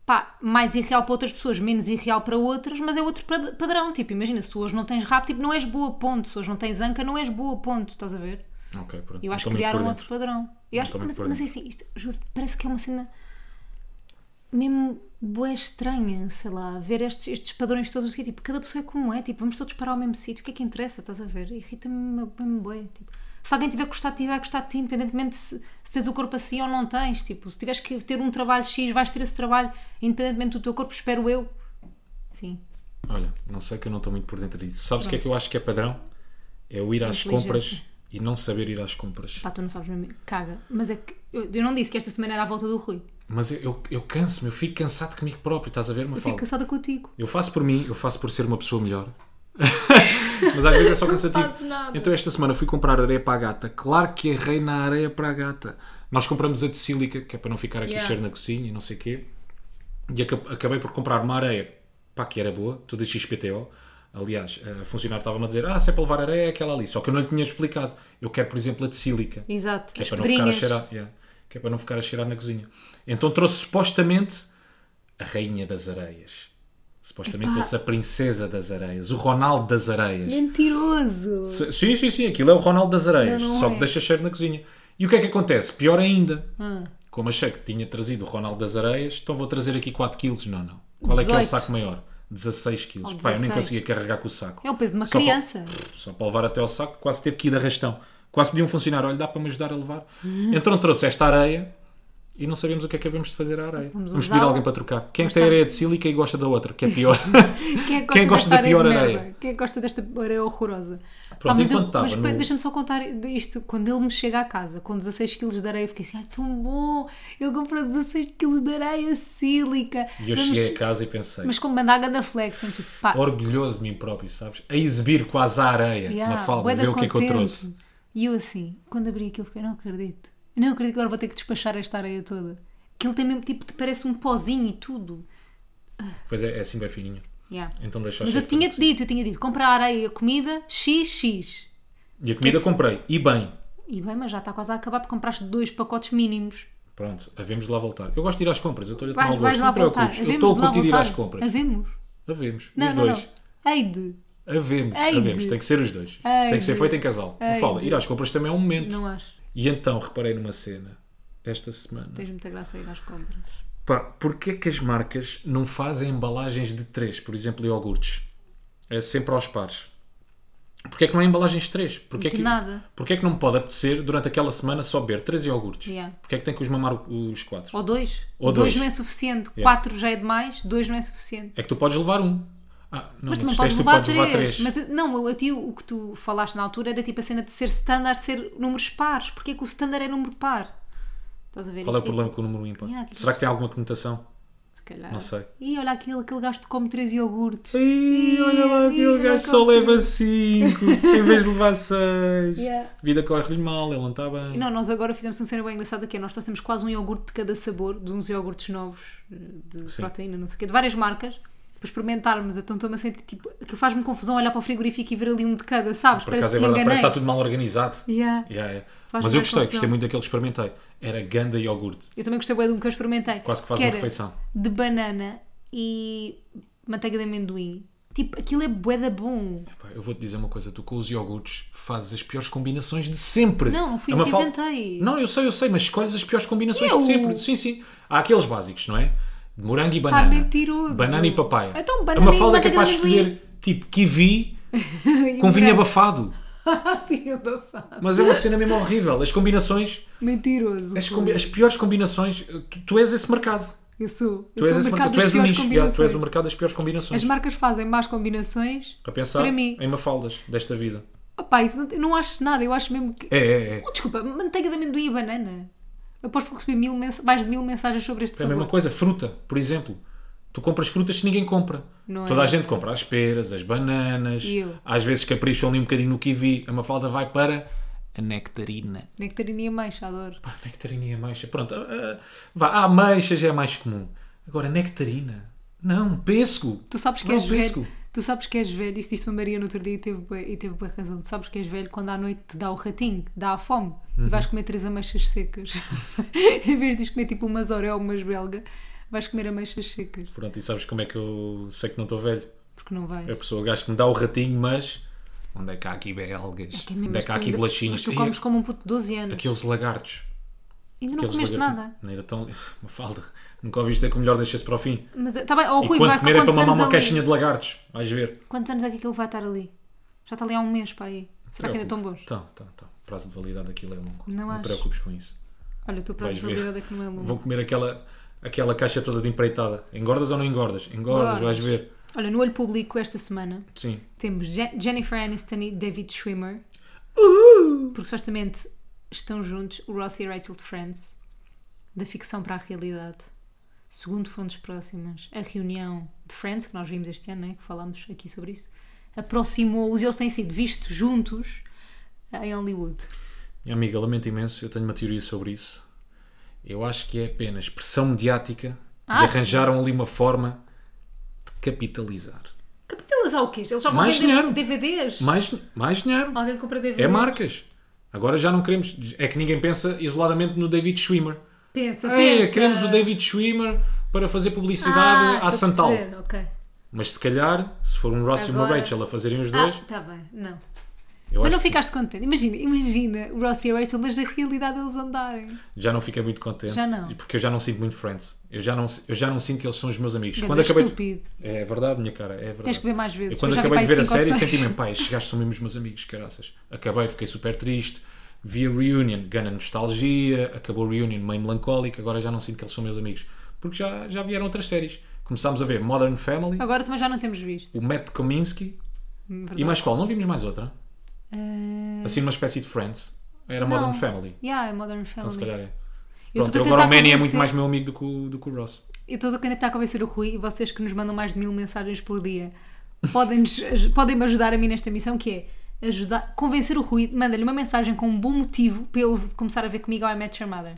A: pá, mais irreal para outras pessoas, menos irreal para outras, mas é outro pad- padrão. Tipo, imagina, se hoje não tens rabo, tipo, não és boa, ponto. Se hoje não tens anca, não és boa, ponto. Estás a ver?
B: Ok, pronto.
A: Eu
B: Não
A: acho
B: estou
A: que
B: muito
A: criaram
B: por dentro.
A: outro padrão. Eu
B: Não
A: acho,
B: estou muito
A: mas,
B: por
A: mas é
B: dentro.
A: assim, isto, juro parece que é uma cena mesmo boa estranha, sei lá, ver estes, estes padrões todos assim, tipo, cada pessoa é como é, tipo, vamos todos parar ao mesmo sítio, o que é que interessa, estás a ver? Irrita-me mesmo- mesmo bué, tipo, se alguém tiver que gostar de ti, vai gostar de ti, independentemente se, se tens o corpo assim ou não tens, tipo, se tiveres que ter um trabalho X, vais ter esse trabalho, independentemente do teu corpo, espero eu. Enfim,
B: Olha, não sei que eu não estou muito por dentro disso. Sabes o que é que eu acho que é padrão? É o ir às
A: Inteligência.
B: compras e não saber ir às compras.
A: pá, tu não sabes mesmo, caga, mas é que, eu, eu não disse que esta semana era a volta do Rui,
B: Mas eu, eu, eu canso-me, eu fico cansado comigo próprio, estás a ver,
A: eu fico
B: Mafalda?
A: cansada contigo.
B: Eu faço por mim, eu faço por ser uma pessoa melhor. *laughs* Mas às vezes é só cansativo.
A: fazes nada.
B: Então esta semana fui comprar areia para a gata. Claro que errei na areia para a gata. Nós compramos a de sílica, que é para não ficar aqui
A: Yeah.
B: cheiro na cozinha e não sei o quê. E aca- acabei por comprar uma areia, pá, que era boa, toda XPTO. Aliás, a funcionária estava-me a dizer, ah, se é para levar areia é aquela ali. Só que eu não lhe tinha explicado. Eu quero, por exemplo, a de sílica.
A: Exato,
B: Que é
A: as
B: para não ficar a
A: pedrinhas.
B: cheirar. yeah. Que é para não ficar a cheirar na cozinha. Então trouxe supostamente a rainha das areias. Supostamente
A: Epá.
B: trouxe a princesa das areias. O Ronaldo das areias.
A: Mentiroso!
B: Se- Sim, sim, sim, aquilo é o Ronaldo das Areias,
A: Não, não
B: só
A: é.
B: que deixa cheiro na cozinha. E o que é que acontece? Pior ainda,
A: Ah.
B: como achei que tinha trazido o Ronaldo das Areias, então vou trazer aqui 4 quilos. Não, não. Qual é que é o
A: 18.
B: saco maior? 16 quilos.
A: Ou
B: Pá, eu nem
A: 16.
B: conseguia carregar com o saco.
A: Oh, É o peso de uma
B: Só para-
A: criança.
B: Só para levar até ao saco, quase teve que ir de arrastão. Quase pedi a um funcionário, olha, dá para me ajudar a levar.
A: Uhum.
B: Então trouxe esta areia e não sabemos o que é que havemos de fazer à areia.
A: Vamos
B: Vamos,
A: usá-la. tá
B: pedir alguém para trocar. Quem é que tem
A: está-
B: areia de sílica e gosta da outra, que é
A: *laughs*
B: pior.
A: Quem é que gosta,
B: Quem
A: desta
B: gosta da
A: areia
B: pior
A: de merda?
B: areia? Ah,
A: Quem é que gosta desta areia horrorosa?
B: Pronto,
A: mas
B: enquanto estava
A: mas pá,
B: no-
A: deixa-me só contar isto. Quando ele me chega à casa com 16 kg de areia, eu fiquei assim, ai, tão bom! Ele comprou 16 kg de areia sílica.
B: e eu
A: Vamos-
B: cheguei a casa e pensei,
A: Mas com bandaga da flex, eu tipo, pá,
B: orgulhoso de mim próprio, sabes? A exibir quase a areia
A: yeah,
B: na falda,
A: bué da
B: ver o que é que eu
A: contente.
B: trouxe.
A: E eu assim, quando abri aquilo, fiquei, não acredito. Eu não acredito que agora vou ter que despachar esta areia toda. Aquilo tem mesmo, tipo, te parece um pozinho e tudo.
B: Pois é, é assim bem fininho.
A: Yeah.
B: Então deixa
A: Mas
B: achar
A: eu
B: que
A: tinha-te
B: tudo
A: dito, eu tinha dito, compra a areia e a comida XX.
B: assim. E a comida comprei, e bem.
A: E bem, mas já está quase a acabar porque compraste dois pacotes mínimos.
B: Pronto, havemos de lá voltar. Eu gosto de ir às compras, eu estou-lhe a tomar
A: Vais,
B: o
A: vais
B: gosto,
A: lá
B: não te
A: voltar.
B: preocupes. Eu estou a curtir ir às compras.
A: Havemos.
B: Havemos,
A: Não,
B: os
A: não,
B: dois.
A: não. Eide.
B: Havemos,
A: Eide.
B: havemos, tem que ser os dois. Tem que ser
A: Eide.
B: feito em casal. Não fala,
A: Eide.
B: ir às compras também é um momento.
A: Não acho.
B: E então reparei numa cena esta semana.
A: Tens muita graça a ir às compras.
B: Pá, porquê que as marcas não fazem embalagens de três, por exemplo, iogurtes? É sempre aos pares. Porquê é que não há embalagens 3? Porquê é
A: De
B: que,
A: nada.
B: Porquê é que não me pode apetecer durante aquela semana só beber 3 iogurtes?
A: Yeah.
B: Porquê é que tem que os mamar o- os 4?
A: Ou dois.
B: Ou
A: dois.
B: dois.
A: não é suficiente.
B: Yeah.
A: Quatro já é demais, dois não é suficiente.
B: É que tu podes levar um. Ah, não,
A: Mas tu não
B: os
A: podes
B: três
A: levar três. Mas não, eu, tio, o que tu falaste na altura era tipo a cena de ser standard, ser números pares. Porquê que o standard é número par? Estás a ver?
B: Qual é o
A: aqui?
B: problema com o número ímpar?
A: Yeah, que
B: Será que
A: isto-
B: tem alguma conotação?
A: Se calhar.
B: Não sei.
A: Ih, olha aquele, aquele gajo que come três iogurtes.
B: Ih, olha lá
A: Ih,
B: aquele
A: olha
B: gajo só
A: como-
B: leva 5 em vez de levar
A: *laughs*
B: 6.
A: Yeah.
B: A vida corre-lhe mal, ele não está bem.
A: Não, nós agora fizemos uma cena bem engraçada que é nós trouxemos quase um iogurte de cada sabor, de uns iogurtes novos, de
B: Sim.
A: proteína, não sei o quê, de várias marcas, para experimentarmos. Então estou-me a sentir, tipo, aquilo faz-me confusão olhar para o frigorífico e ver ali um de cada, sabes?
B: Por
A: Parece que
B: acaso é
A: me
B: verdade,
A: enganei.
B: parece que está tudo mal organizado.
A: Yeah.
B: Yeah, yeah.
A: Faz
B: Mas eu
A: bué
B: gostei,
A: confusão.
B: gostei muito daquele que experimentei. Era ganda iogurte.
A: Eu também gostei bué de um que eu experimentei.
B: Quase que faz
A: que
B: uma
A: era
B: refeição.
A: De banana e manteiga de amendoim. Tipo, aquilo é bué da bom.
B: Pá, Eu vou-te dizer uma coisa, tu com os iogurtes fazes as piores combinações de sempre.
A: Não, não fui
B: É
A: eu
B: uma
A: que
B: fal-
A: inventei.
B: Não, eu sei, eu sei, mas escolhes as piores combinações
A: Eu? Ah,
B: de sempre. Sim, sim. Há aqueles básicos, não é? De morango e banana.
A: mentiroso.
B: Banana e papaya.
A: Então,
B: é
A: banana
B: uma
A: e
B: falda
A: manteiga
B: capaz
A: de
B: de
A: amendoim.
B: escolher tipo kiwi
A: E
B: *laughs*
A: um
B: com vinho
A: branco.
B: abafado.
A: *laughs* Vinho abafado.
B: Mas é uma cena mesmo horrível. As combinações,
A: Mentiroso.
B: as, combi- as piores combinações, tu, tu és esse mercado.
A: Eu sou.
B: Tu
A: Eu sou
B: és
A: é o
B: esse
A: mercado
B: mercado, tu
A: das
B: és o
A: piores
B: nicho. yeah, tu és
A: combinações.
B: o mercado das piores combinações.
A: As marcas fazem más combinações.
B: A pensar
A: Para mim.
B: em mafaldas desta vida.
A: Opá, isso não, eu não acho nada. Eu acho mesmo que.
B: É, é, é.
A: Oh, desculpa, manteiga de amendoim e banana. Aposto que recebi mil mens- mais de mil mensagens sobre este
B: É a
A: sabor.
B: mesma coisa, fruta, por exemplo. Tu compras frutas que ninguém compra.
A: Não é
B: Toda a
A: nada.
B: gente compra as peras, as bananas,
A: E eu?
B: às vezes capricham ali um bocadinho no kiwi. A mafalda vai para a nectarina.
A: Nectarina e ameixa, adoro.
B: Pá, nectarina e ameixa. Pronto, ah, ah, vá, a ameixa já é mais comum. Agora, nectarina. Não, pêssego.
A: Tu sabes que
B: Não,
A: és
B: pêssego.
A: velho. Tu sabes que és velho, isto disse a Maria no outro dia e teve, bué- e teve boa razão. Tu sabes que és velho quando à noite te dá o ratinho, dá a fome
B: Uhum.
A: e vais comer três ameixas secas. *laughs* em vez de comer tipo umas orel, umas belga, vais comer ameixas secas.
B: Pronto, e sabes como é que eu sei que não estou velho?
A: Porque não vais.
B: É a pessoa, o gajo que me dá o ratinho, mas... Onde é que há aqui belgas?
A: Que é mesmo,
B: Onde é
A: mas
B: que há
A: tu
B: aqui
A: ainda-
B: bolachinhas?
A: Mas tu
B: Ei,
A: comes como um puto de 12 anos.
B: Aqueles lagartos.
A: Ainda não
B: Aqueles
A: comeste
B: lagartos-
A: nada.
B: Ainda estão... *laughs* Uma falda. Nunca ouvi dizer que o melhor deixa-se para o fim.
A: Mas tá bem, ó,
B: E
A: Rui,
B: quando
A: vai
B: comer é para
A: quantos
B: mamar
A: anos
B: uma
A: ali?
B: caixinha de lagartos. Vais ver.
A: Quantos anos é que aquilo vai estar ali? Já está ali há um mês para aí. Será que ainda estão bons?
B: Estão, estão, estão. O prazo de validade daquilo é longo.
A: Não
B: Não,
A: acho.
B: te preocupes com isso.
A: Olha, tu para a
B: Vais ver.
A: probabilidade é que não é longo.
B: Vou comer aquela, aquela caixa toda de empreitada. Engordas ou não engordas? Engordas,
A: Engordas.
B: vais ver.
A: Olha, no olho público esta semana
B: Sim.
A: temos Je- Jennifer Aniston e David Schwimmer. Uh! Porque supostamente estão juntos o Ross e a Rachel de Friends, da ficção para a realidade. Segundo fontes próximas, a reunião de Friends, que nós vimos este ano, né, que falámos aqui sobre isso, aproximou-os e eles têm sido vistos juntos eh, em Hollywood.
B: Minha amiga, lamento imenso. Eu tenho uma teoria sobre isso. Eu acho que é apenas pressão mediática
A: Achas?
B: e arranjaram ali uma forma de capitalizar.
A: Capitalizar o quê? Eles já vão
B: Mais
A: vender
B: dinheiro.
A: DVDs?
B: Mais, mais dinheiro.
A: Alguém compra DVDs?
B: É marcas. Agora já não queremos. É que ninguém pensa isoladamente no David Schwimmer.
A: Pensa,
B: Ei,
A: pensa.
B: queremos o David Schwimmer para fazer publicidade
A: Ah,
B: à
A: estou a
B: Santal.
A: perceber, Ok.
B: Mas se calhar, se for um Ross e uma
A: Agora-
B: Rachel a fazerem os dois,
A: Ah, tá bem, não. Mas
B: eu acho
A: não
B: que
A: ficaste contente. Imagina, imagina o Ross e a Rachel, mas na realidade eles andarem.
B: já não fiquei muito contente.
A: Já não.
B: Porque eu já não sinto muito Friends. Eu já não, eu já não sinto que eles são os meus amigos.
A: Ganda
B: Quando acabei de-
A: estúpido.
B: É verdade, minha cara, é verdade.
A: Tens que ver mais vezes.
B: Eu quando
A: Eu Tipo, já vi
B: acabei de
A: para
B: ver a
A: aí cinco
B: série
A: ou seis. *laughs*
B: senti-me, pá, estes gajos são mesmo os meus amigos, caraças. Acabei, fiquei super triste. Vi a reunion, gana nostalgia, acabou a reunion meio melancólica, agora já não sinto que eles são meus amigos. Porque já, já vieram outras séries. Começámos a ver Modern Family,
A: *laughs* Agora também já não temos visto.
B: o Matt Kominsky
A: Verdade.
B: e mais qual? Não vimos mais outra?
A: Hum. Ah,
B: Assim numa espécie de Friends. Era
A: Não.
B: Modern Family.
A: yeah, é Modern Family.
B: Então se calhar é.
A: Eu
B: Pronto,
A: estou a
B: agora o
A: tentar
B: Manny é muito
A: convencer-
B: mais meu amigo do que o, do que o Ross.
A: Eu estou a tentar convencer o Rui e vocês que nos mandam mais de mil mensagens por dia podem-nos- podem-me ajudar a mim nesta missão que é ajudar, convencer o Rui, manda-lhe uma mensagem com um bom motivo para ele começar a ver comigo ao I Met Your Mother.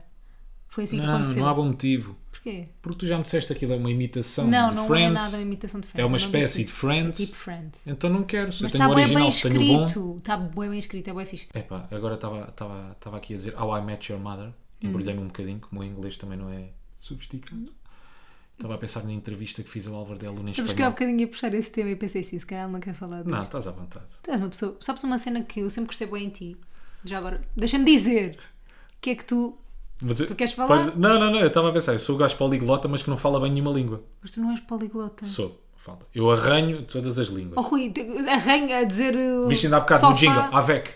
A: Foi assim que
B: Não,
A: aconteceu.
B: não há bom motivo.
A: Porquê?
B: Porque tu já me disseste aquilo é uma imitação
A: Não,
B: de
A: não é
B: Friends.
A: nada uma imitação de Friends.
B: É uma
A: eu não disse
B: espécie de
A: isso.
B: Friends.
A: É tipo Friends.
B: Então não quero. Se
A: Mas
B: eu
A: está
B: tenho o
A: bem bem
B: original, se tenho o bom.
A: escrito. Está bem bem escrito, é bem fixe.
B: Epá, agora estava- estava estava aqui a dizer How I Met Your
A: Hum.
B: Mother. Embrulhei-me um bocadinho, como o inglês também não é sofisticado. Estava a pensar na entrevista que fiz ao Álvaro de Aluno em
A: Sabes que eu há
B: espanhol.
A: bocadinho ia puxar esse tema e pensei assim, se calhar ele não quer falar disso.
B: Não, estás à vontade.
A: Tu és uma pessoa. Sabes uma cena que eu sempre gostei bem em ti? Já agora, deixa-me dizer. Que é que tu.
B: Mas eu-
A: Tu queres falar?
B: Não, não, não. Eu estava a pensar. Eu sou o gajo poliglota, mas que não fala bem nenhuma língua.
A: Mas tu não és poliglota.
B: Sou. Falta. Eu arranho todas as línguas.
A: Oh, Rui, te- arranha a dizer. uh,
B: Viste ainda há bocado
A: sofá.
B: no jingle, AVEC.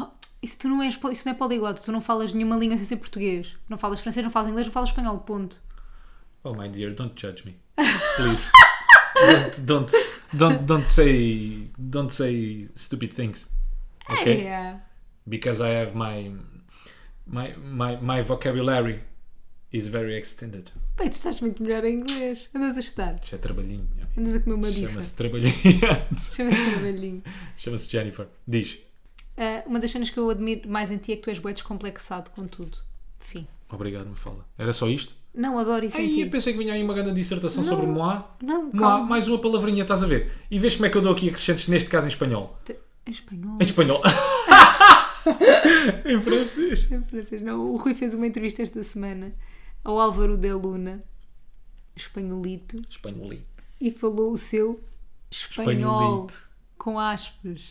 A: Oh, isso, tu não és, poli- isso não é poliglota, tu não falas nenhuma língua sem ser português. Não falas francês, não falas inglês, não falas espanhol, ponto.
B: Oh my dear, don't judge me.
A: *laughs*
B: Please. don't, don't, don't, don't say, don't say stupid things.
A: É
B: Okay?
A: Yeah.
B: Because I have my, my, my, my vocabulary is very extended.
A: Bem, tu estás muito melhor em inglês. Andas a estudar.
B: Isto é trabalhinho. meu amigo.
A: Andas a comer uma bifa.
B: Chama-se trabalhinho. *laughs*
A: Chama-se trabalhinho.
B: Chama-se Jennifer. Diz.
A: Ah, uma das cenas que eu admiro mais em ti é que tu és bué descomplexado com tudo. Fim.
B: Obrigado, me fala. Era só isto?
A: Não, adoro isso em
B: Aí eu
A: ti.
B: pensei que vinha aí uma grande dissertação
A: Não.
B: sobre Moá.
A: Não,
B: Moá,
A: calma.
B: mais uma palavrinha, estás a ver? E vês como é que eu dou aqui acrescentes, neste caso em espanhol.
A: Te- Em espanhol.
B: Em espanhol. em francês.
A: Em francês, não. O Rui fez uma entrevista esta semana ao Álvaro de Luna, espanholito,
B: Espanholito.
A: e falou o seu espanhol
B: Espanholito.
A: com aspas.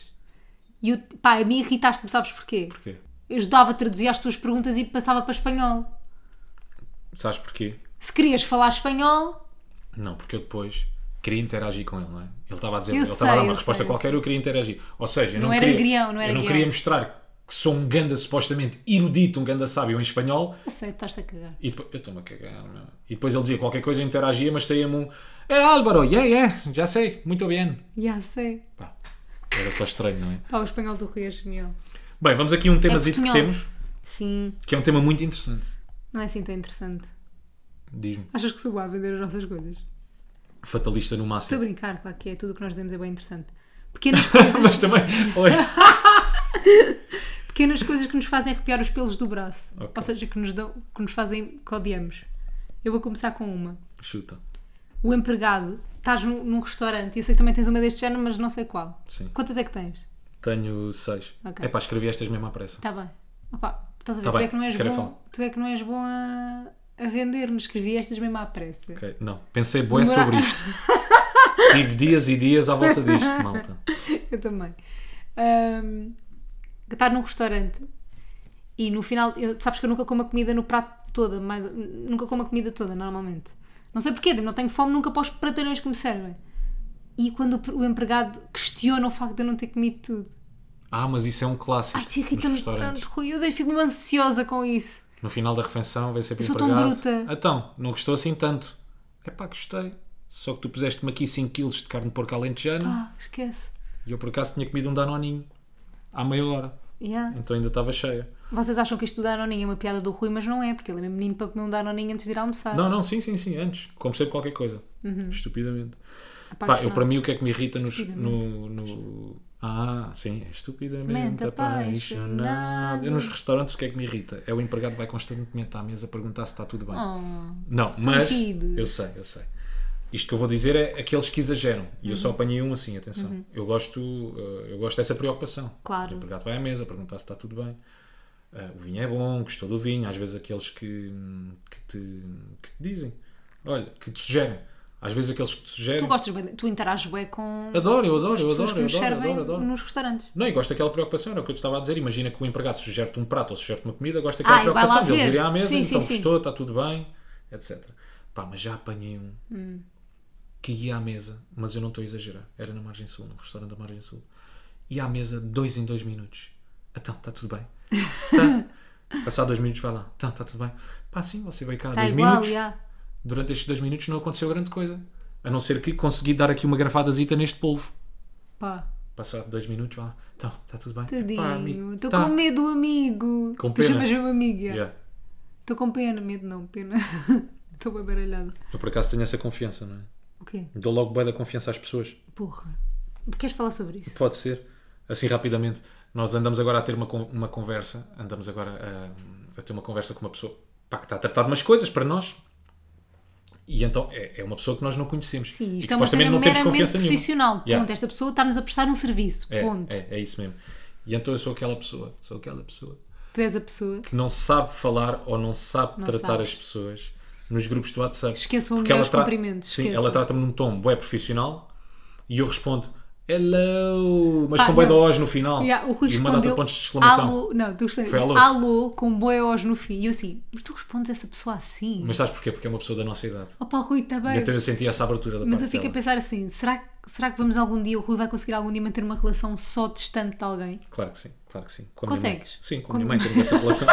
A: E eu, pá, a mim irritaste-me, sabes porquê?
B: Porquê?
A: Eu ajudava a traduzir as tuas perguntas e passava para espanhol.
B: Sabes porquê?
A: Se querias falar espanhol,
B: Não, porque eu depois queria interagir com ele, não é? Ele estava a dizer,
A: Eu
B: ele estava a dar
A: sei,
B: uma
A: eu
B: resposta
A: sei.
B: qualquer, eu queria interagir. Ou seja, eu não,
A: Não era
B: queria,
A: grião, não era
B: eu não
A: grião.
B: queria mostrar que sou um ganda supostamente erudito, um ganda sábio em espanhol,
A: eu sei, estás-te a cagar.
B: E depois, eu estou-me a cagar, meu. E depois ele dizia qualquer coisa, eu interagia, mas saía-me um É Álvaro, yeah, yeah, já sei, muito bem.
A: Já sei.
B: Pá, era só estranho, não é?
A: Pá, o espanhol do Rui é genial.
B: Bem, vamos aqui a um
A: É
B: temazito que
A: portunhol.
B: temos,
A: Sim,
B: que é um tema muito interessante.
A: não é assim tão interessante.
B: Diz-me,
A: Achas que sou boa a vender as nossas coisas?
B: fatalista no
A: Estou a
B: máximo.
A: brincar, claro que é. Tudo o que nós dizemos é bem interessante. Pequenas coisas,
B: *laughs* Mas também, olha,
A: pequenas coisas que nos fazem arrepiar os pelos do braço.
B: Ok.
A: Ou seja, que nos, dão, que nos fazem que odiamos. Eu vou começar com uma.
B: chuta.
A: O empregado, estás num, num restaurante, eu sei que também tens uma deste género, mas não sei qual.
B: Sim.
A: Quantas é que tens?
B: Tenho seis.
A: Ok.
B: É pá, escrevi estas mesmo à pressa.
A: Está bem. Opa, estás a ver,
B: Tá
A: tu,
B: bem,
A: é que não és
B: quero
A: bom,
B: falar.
A: tu é que não és bom a, a vender-nos. Escrevi estas mesmo à pressa.
B: Ok, Não, pensei bué
A: Demora-
B: sobre isto. Tive dias e dias à volta disto, malta.
A: *laughs* Eu também. Ahm, estar num restaurante e no final, eu- sabes que eu nunca como a comida no prato toda, mas nunca como a comida toda normalmente. Não sei porquê, tipo, não tenho fome nunca para os pratalhões que me servem. E quando o pre- o empregado questiona o facto de eu não ter comido tudo.
B: Ah, mas isso é um clássico.
A: Ai, isso
B: nos
A: irrita-me
B: restaurantes.
A: tanto, Rui. Eu dei- fico mesmo ansiosa com isso.
B: No final da refeição vem sempre
A: Eu sou tão
B: empregado.
A: bruta.
B: Então, não gostou assim tanto. É pá, gostei. Só que tu puseste-me aqui 5kg de carne de porco alentejana
A: Ah, esquece.
B: e eu por acaso tinha comido um danoninho à meia hora.
A: Yeah.
B: Então ainda estava cheia.
A: Vocês acham que isto do Danoninho é uma piada do Rui, mas não é, porque ele é mesmo menino para comer um Danoninho antes de ir almoçar.
B: Não, não, sim, sim, sim, antes. Como sempre qualquer coisa.
A: Uhum.
B: Estupidamente. Pá, eu
A: Apaixonado.
B: para mim o que é que me irrita nos,
A: Estupidamente.
B: no, no- Ah, sim, é estupidamente
A: Mente
B: apaixonado.
A: apaixonado.
B: Eu nos restaurantes o que é que me irrita? É o empregado que vai constantemente à mesa perguntar se está tudo bem.
A: Oh.
B: Não,
A: São
B: mas.
A: queridos.
B: Eu sei, eu sei. Isto que eu vou dizer é aqueles que exageram. E eu só
A: Uhum.
B: apanhei um assim, atenção. Eu, gosto, uh, eu gosto dessa preocupação.
A: Claro.
B: O empregado vai à mesa perguntar se está tudo bem. Uh, O vinho é bom, gostou do vinho. Às vezes aqueles que, que, te, que te dizem. Olha, que te sugerem. Às vezes aqueles que te sugerem.
A: Tu gostas bem, tu interages bem com
B: Adoro, eu adoro, eu
A: pessoas
B: adoro,
A: que
B: eu
A: nos
B: adoro,
A: servem
B: adoro, adoro.
A: nos restaurantes.
B: Não, e gosto daquela preocupação, era o que eu te estava a dizer. Imagina que o empregado sugere-te um prato ou sugere-te uma comida, gosto daquela
A: Ah, e vai lá
B: preocupação de eles
A: ver.
B: irem à mesa,
A: Sim, sim,
B: então
A: sim.
B: gostou, está tudo bem, etc. Pá, mas já apanhei um
A: Hum.
B: que ia à mesa, mas eu não estou a exagerar, era na Margem Sul, num restaurante da Margem Sul. Ia à mesa dois em dois minutos. Então, está tudo
A: *laughs*
B: bem. Tá. Passar dois minutos, vai lá. Então, está tudo bem. Pá, sim, você veio cá há
A: Está
B: dois
A: Tá igual,
B: minutos.
A: já.
B: Durante estes dois minutos não aconteceu grande coisa. A não ser que consegui dar aqui uma grafadazita neste polvo.
A: Pá,
B: Passado dois minutos, vá lá. Então, está tudo bem. Pá,
A: tadinho.
B: amigo,
A: Estou
B: tá.
A: com medo do amigo.
B: Com
A: tu
B: pena.
A: chamas mesmo amigo, já.
B: Yeah.
A: Estou com pena, medo não, pena. *laughs* Estou bem baralhada.
B: Eu por acaso tenho essa confiança, não é?
A: O quê?
B: Dou logo bem da confiança às pessoas.
A: Porra. Queres falar sobre isso?
B: Pode ser. Assim rapidamente. Nós andamos agora a ter uma, con- uma conversa. Andamos agora a, a ter uma conversa com uma pessoa pá, que está a tratar de umas coisas para nós. E então é, é uma pessoa que nós não conhecemos.
A: Sim,
B: E
A: isto
B: que
A: é uma
B: supostamente
A: cena
B: não temos
A: meramente
B: confiança nenhuma.
A: profissional. Ponto.
B: Yeah.
A: Esta pessoa está-nos a prestar um serviço.
B: É,
A: Ponto.
B: É, é isso mesmo. E então eu sou aquela pessoa. Sou aquela pessoa
A: Tu és a pessoa.
B: que não sabe falar ou não sabe
A: Não
B: tratar
A: sabes.
B: as pessoas nos grupos do WhatsApp.
A: Esqueçam os
B: Porque ela um
A: meus
B: tra-
A: cumprimentos.
B: Sim,
A: esqueçam.
B: ela trata-me num tom bué profissional e eu respondo: Hello! Mas
A: Pá,
B: com boi de
A: não.
B: O's no final.
A: Yeah, o Rui
B: e uma data de
A: respondeu
B: pontos de exclamação.
A: alô, não, tu respondeu,
B: Foi alô.
A: alô. com boi aos no fim. E eu assim, mas tu respondes essa pessoa assim?
B: Mas sabes porquê? Porque é uma pessoa da nossa idade.
A: Opa, o Rui está bem.
B: Então eu senti essa abertura da
A: Mas
B: parte
A: eu fico a
B: dela.
A: pensar assim, será, que- será que vamos algum dia, o Rui vai conseguir algum dia manter uma relação só distante de alguém?
B: Claro que sim, claro que sim. Com a minha
A: Consegues?
B: mãe. Sim, com,
A: Com
B: a minha
A: a
B: mãe
A: *laughs*
B: temos essa relação.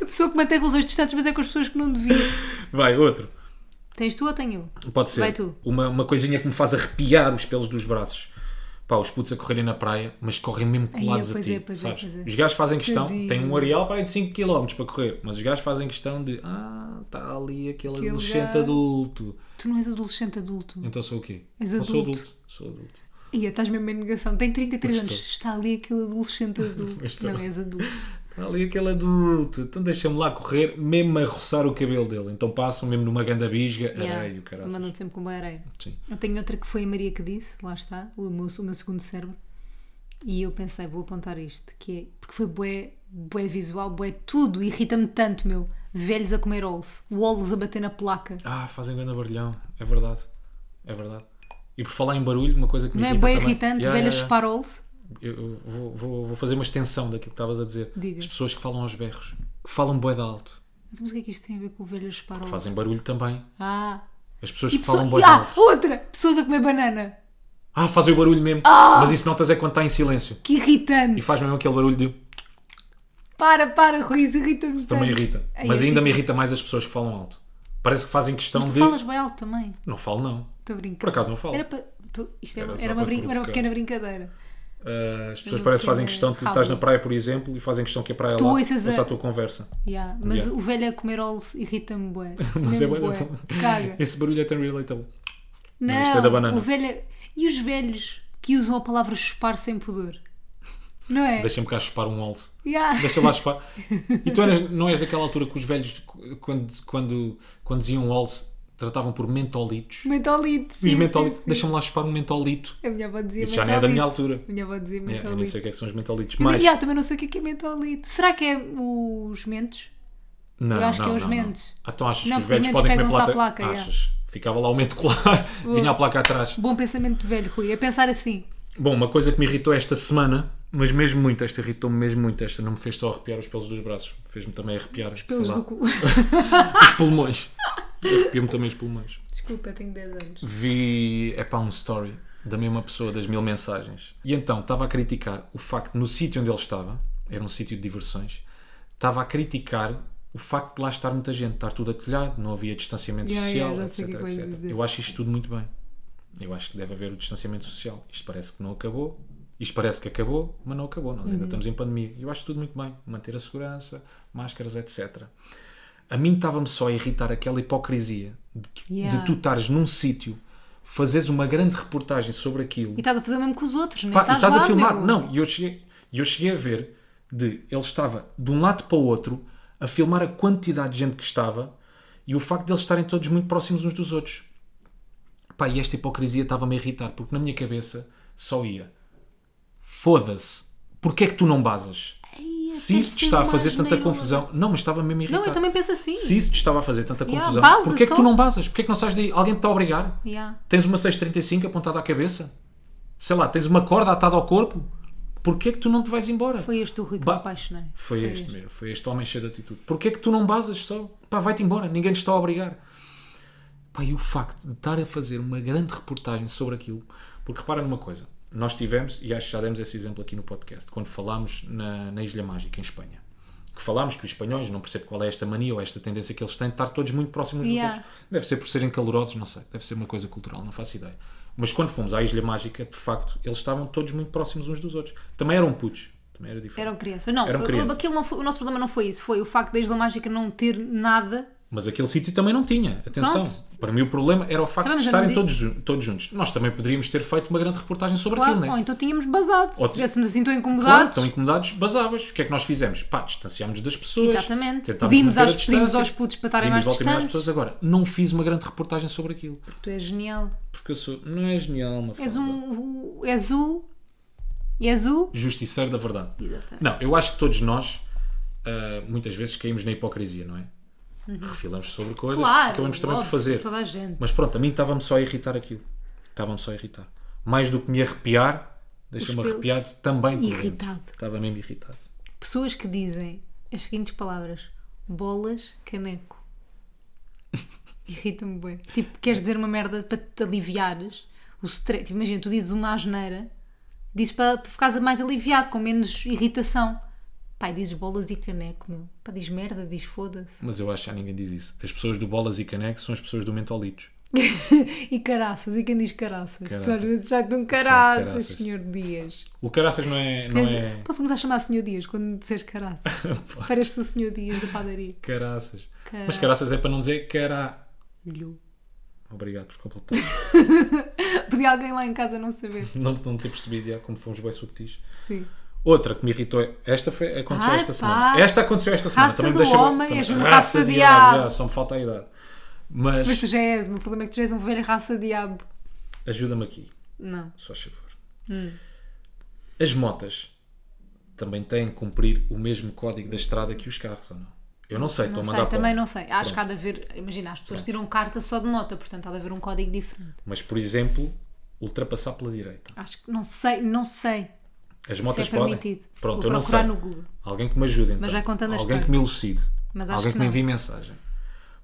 A: A pessoa que mantém relações distantes, mas é com as pessoas que não deviam.
B: *laughs* Vai, outro.
A: Tens tu ou tenho eu?
B: Pode ser.
A: Vai tu.
B: Uma, uma coisinha que me faz arrepiar os pelos dos braços. Pá, os putos a correrem na praia, mas correm mesmo colados a
A: pois
B: ti.
A: é, pois é,
B: sabes?
A: pois é.
B: Os gajos fazem questão,
A: Tadinho.
B: têm um areal para aí de 5 km para correr, mas os gajos fazem questão de ah, está ali aquele,
A: Aquele
B: adolescente
A: gajo.
B: adulto.
A: Tu não és adolescente adulto.
B: Então sou o quê?
A: És
B: Não sou
A: adulto.
B: adulto. Sou adulto.
A: Ia, estás mesmo em negação. Tem 33
B: Pois
A: anos.
B: estou.
A: Está ali aquele adolescente
B: *laughs* Pois
A: adulto.
B: estou.
A: não és adulto.
B: Está Tá ali aquele adulto. Então deixa-me lá correr, mesmo a roçar o cabelo dele. Então passam mesmo numa ganda bisga. Areia, o caralho.
A: Mandam-te sempre com uma areia.
B: Sim.
A: Eu tenho outra que foi a Maria que disse, lá está, o meu, o meu segundo cérebro. E eu pensei, vou apontar isto, que é, porque foi bué, bué visual, bué tudo, irrita-me tanto, meu. Velhos a comer olhos, o olhos a bater na placa.
B: Ah, fazem um grande barulhão. É verdade. É verdade. E por falar em barulho, uma coisa que me
A: Não é
B: irrita
A: bué
B: também-
A: irritante,
B: Yeah,
A: velhas
B: yeah,
A: chupar
B: yeah.
A: olhos?
B: Eu eu vou, vou- vou fazer uma extensão daquilo que estavas a dizer.
A: Diga.
B: As pessoas que falam aos berros, que falam bué de alto,
A: Então, Mas o que é que isto tem a ver com o velho a chupar olhos?
B: fazem barulho também.
A: Ah,
B: As pessoas
A: e
B: que
A: pessoa-
B: falam bué
A: e
B: de
A: ah,
B: alto.
A: outra! Pessoas a comer banana.
B: Ah, fazem o barulho mesmo.
A: Ah!
B: Mas isso notas é quando está em silêncio.
A: Que irritante!
B: E faz mesmo aquele barulho de...
A: Para, para, Ruiz, irrita-me tanto.
B: Também irrita.
A: Ai,
B: Mas ainda me irrita mais as pessoas que falam alto. Parece que fazem questão
A: Mas tu
B: de...
A: falas bem alto também.
B: Não falo não.
A: Estou a brincar.
B: Por acaso não falo.
A: Era para. tu- Isto era,
B: Oh. Era
A: era,
B: só
A: uma
B: para
A: brin- era uma
B: provocar.
A: pequena brincadeira.
B: Ah, as pessoas
A: Era
B: parecem que fazem
A: pequena
B: questão de... Estás
A: rábula.
B: na praia, por exemplo, e fazem questão que a praia é
A: Tu
B: lá
A: ouças a-
B: ouça a tua conversa.
A: Yeah, Mas
B: Yeah.
A: o velho a comer olhos irrita-me bué.
B: *laughs* Mas é
A: Mesmo
B: bué da bom. *laughs*
A: Caga.
B: Esse barulho é tão relatable.
A: Não,
B: isto é da banana.
A: o velho... E os velhos que usam a palavra chupar sem pudor? Não é?
B: Deixa-me cá chupar um alce.
A: Yeah.
B: Deixa lá chupar. E tu eras- não és daquela altura que os velhos, quando, quando, quando diziam alce, tratavam por mentolitos.
A: Mentolito.
B: Os
A: sim,
B: mentolitos.
A: sim, sim.
B: Deixa-me lá chupar um mentolito.
A: A minha avó dizia
B: Isso já não é da minha
A: mentolito.
B: altura.
A: A minha avó dizia
B: É, eu nem
A: mentolito.
B: sei o que é que são os mentolitos.
A: Eu nem-
B: Mas.
A: yeah, também não sei o que é, que é mentolito. Será que é os mentos?
B: Não,
A: eu acho
B: não,
A: que é
B: não,
A: os
B: não.
A: mentes.
B: Ah, Então achas
A: Não,
B: que
A: porque
B: os
A: os
B: velhos
A: mentes
B: podem comer
A: pegam-se à
B: plata?
A: placa, yeah.
B: achas? Ficava lá o mento colado, *laughs* vinha a placa atrás.
A: Bom pensamento de velho, Rui. É pensar assim.
B: Bom, uma coisa que me irritou esta semana, mas mesmo muito, esta irritou-me mesmo muito, esta não me fez só arrepiar os pelos dos braços, fez-me também arrepiar os
A: Pelos do
B: *laughs*
A: cu.
B: os pulmões. Arrepia-me também os pulmões.
A: Desculpa, eu tenho 10 anos.
B: vi é para um story da mesma pessoa das mil mensagens e então estava a criticar o facto no sítio onde ele estava era um sítio de diversões estava a criticar o facto de lá estar muita gente estar tudo atilhado não havia distanciamento
A: Yeah,
B: social
A: yeah, já sei o que é que
B: etc
A: vais
B: etc
A: dizer.
B: eu acho isto tudo muito bem eu acho que deve haver o distanciamento social isto parece que não acabou isto parece que acabou mas não acabou nós
A: Uhum.
B: ainda estamos em pandemia eu acho tudo muito bem manter a segurança máscaras etc a mim estava-me só a irritar aquela hipocrisia de tu,
A: Yeah.
B: de tu estares num sítio, fazeres uma grande reportagem sobre aquilo
A: E estás a fazer o mesmo com os outros, né?
B: Pá, e estás
A: lá,
B: a filmar.
A: meu.
B: Não, e eu cheguei, e eu cheguei a ver de ele estava de um lado para o outro a filmar a quantidade de gente que estava e o facto de eles estarem todos muito próximos uns dos outros. Pá, e esta hipocrisia estava-me a irritar, porque na minha cabeça só ia foda-se, porquê é que tu não basas?
A: Ai,
B: Se isso te está a fazer tanta confusão, não, mas estava mesmo a irritar.
A: Não, eu também penso assim.
B: Se isso te estava a fazer tanta
A: Yeah,
B: confusão,
A: baza
B: porquê é que
A: só.
B: tu não basas? Porquê é que não sais daí? Alguém te está a obrigar?
A: Yeah.
B: Tens uma 635 apontada à cabeça? Sei lá, tens uma corda atada ao corpo? Porquê é que tu não te vais embora?
A: Foi este o Rui que
B: Ba-
A: me apaixonei.
B: Foi este mesmo, foi este homem cheio de atitude. Porquê é que tu não basas só? Pá, vai-te embora, ninguém te está a obrigar. Pá, e o facto de estar a fazer uma grande reportagem sobre aquilo, porque repara numa coisa, nós tivemos, e acho que já demos esse exemplo aqui no podcast, quando falámos na, na Ilha Mágica, em Espanha, que falámos que os espanhóis, não percebo qual é esta mania ou esta tendência que eles têm de estar todos muito próximos dos
A: Yeah.
B: outros. Deve ser por serem calorosos, não sei, deve ser uma coisa cultural, não faço ideia. Mas quando fomos à Ilha Mágica, de facto, eles estavam todos muito próximos uns dos outros. Também eram putos, também era diferente.
A: Eram crianças. Não,
B: Eram
A: eu-
B: crianças.
A: Aquilo não foi, o nosso problema não foi isso. Foi o facto da Isla Mágica não ter nada.
B: Mas aquele sítio também não tinha. Atenção. Para mim o problema era o facto
A: Tá bem,
B: de
A: mas eu
B: estarem
A: não digo-
B: todos, jun- todos juntos. Nós também poderíamos ter feito uma grande reportagem sobre
A: Claro,
B: aquilo, não
A: ou
B: é?
A: então tínhamos basado. Se
B: Ou ti-
A: estivéssemos assim tão
B: Claro,
A: incomodados.
B: estão incomodados, basavas. O que é que nós fizemos? Pá, distanciámos das pessoas.
A: Exatamente.
B: tentámos
A: Pedimos,
B: manter a
A: aos, pedimos
B: distância,
A: aos putos para estarem
B: pedimos
A: mais
B: de volta e meia às
A: distantes.
B: pessoas. Agora, não fiz uma grande reportagem sobre aquilo.
A: Tu és genial.
B: Porque eu sou... Não é genial, uma
A: És
B: foda.
A: um. o- És o. És o.
B: Justiceiro da verdade.
A: Exatamente.
B: Não, eu acho que todos nós, ah, muitas vezes, caímos na hipocrisia, não é? Refilamos sobre coisas.
A: Uhum. Claro.
B: acabamos também
A: óbvio,
B: por fazer.
A: Toda a gente.
B: Mas pronto, a mim estava-me só a irritar aquilo. Estava-me só a irritar. mais do que me arrepiar, deixa-me
A: pelos.
B: arrepiado também. por dentro.
A: Irritado.
B: Estava mesmo irritado.
A: Pessoas que dizem as seguintes palavras: bolas,
B: *laughs*
A: caneco. Irrita-me bem. Tipo, queres dizer uma merda para te aliviares? O stress. Tipo, imagina, tu dizes uma asneira, dizes para, para ficares mais aliviado, com menos irritação. Pai, dizes bolas e caneco, meu. Pá, diz merda, diz foda-se. *laughs*
B: Mas eu acho que já ninguém diz isso. As pessoas do Bolas e Caneco são as pessoas do Mentolitos.
A: e caraças, e quem diz caraças? Tu às
B: Caraças.
A: vezes já estão caraças,
B: caraças.
A: senhor Dias.
B: O Caraças não é.
A: *laughs*
B: Não é...
A: Posso começar a chamar senhor Dias quando disseres caraças?
B: *laughs*
A: Parece o senhor Dias da padaria.
B: Caraças.
A: Caraças.
B: Mas Caraças é para não dizer cara.
A: Olhou.
B: Obrigado por completar. *laughs*
A: Podia alguém lá em casa não saber.
B: não, não ter percebido já como fomos bem subtis.
A: Sim.
B: Outra que me irritou, é- esta foi, aconteceu
A: Ai,
B: esta
A: pá.
B: semana. Esta aconteceu esta semana.
A: Raça
B: também me
A: do
B: deixa,
A: homem,
B: também-
A: és uma raça de diabo.
B: já, Só me falta a idade. Mas,
A: Mas tu já és, o meu problema é que tu já és um velho raça diabo.
B: ajuda-me aqui,
A: Não.
B: só a favor.
A: Hum.
B: As motas também têm que cumprir o mesmo código da estrada que os carros, ou não? Eu não sei, estou
A: Não sei,
B: a mandar para
A: também não sei. Acho que há
B: Pronto.
A: de haver, imagina, as pessoas tiram carta só de nota, portanto há de haver um código diferente.
B: Mas, por exemplo, ultrapassar pela direita.
A: Acho que não sei, não sei
B: As motas
A: se é
B: podem.
A: permitido.
B: Pronto,
A: Vou
B: eu não sei.
A: procurar no Google.
B: Alguém que me ajude, então.
A: vai contando a
B: Alguém
A: história.
B: que me elucide.
A: Mas acho
B: Alguém
A: que
B: que me
A: não.
B: envie mensagem.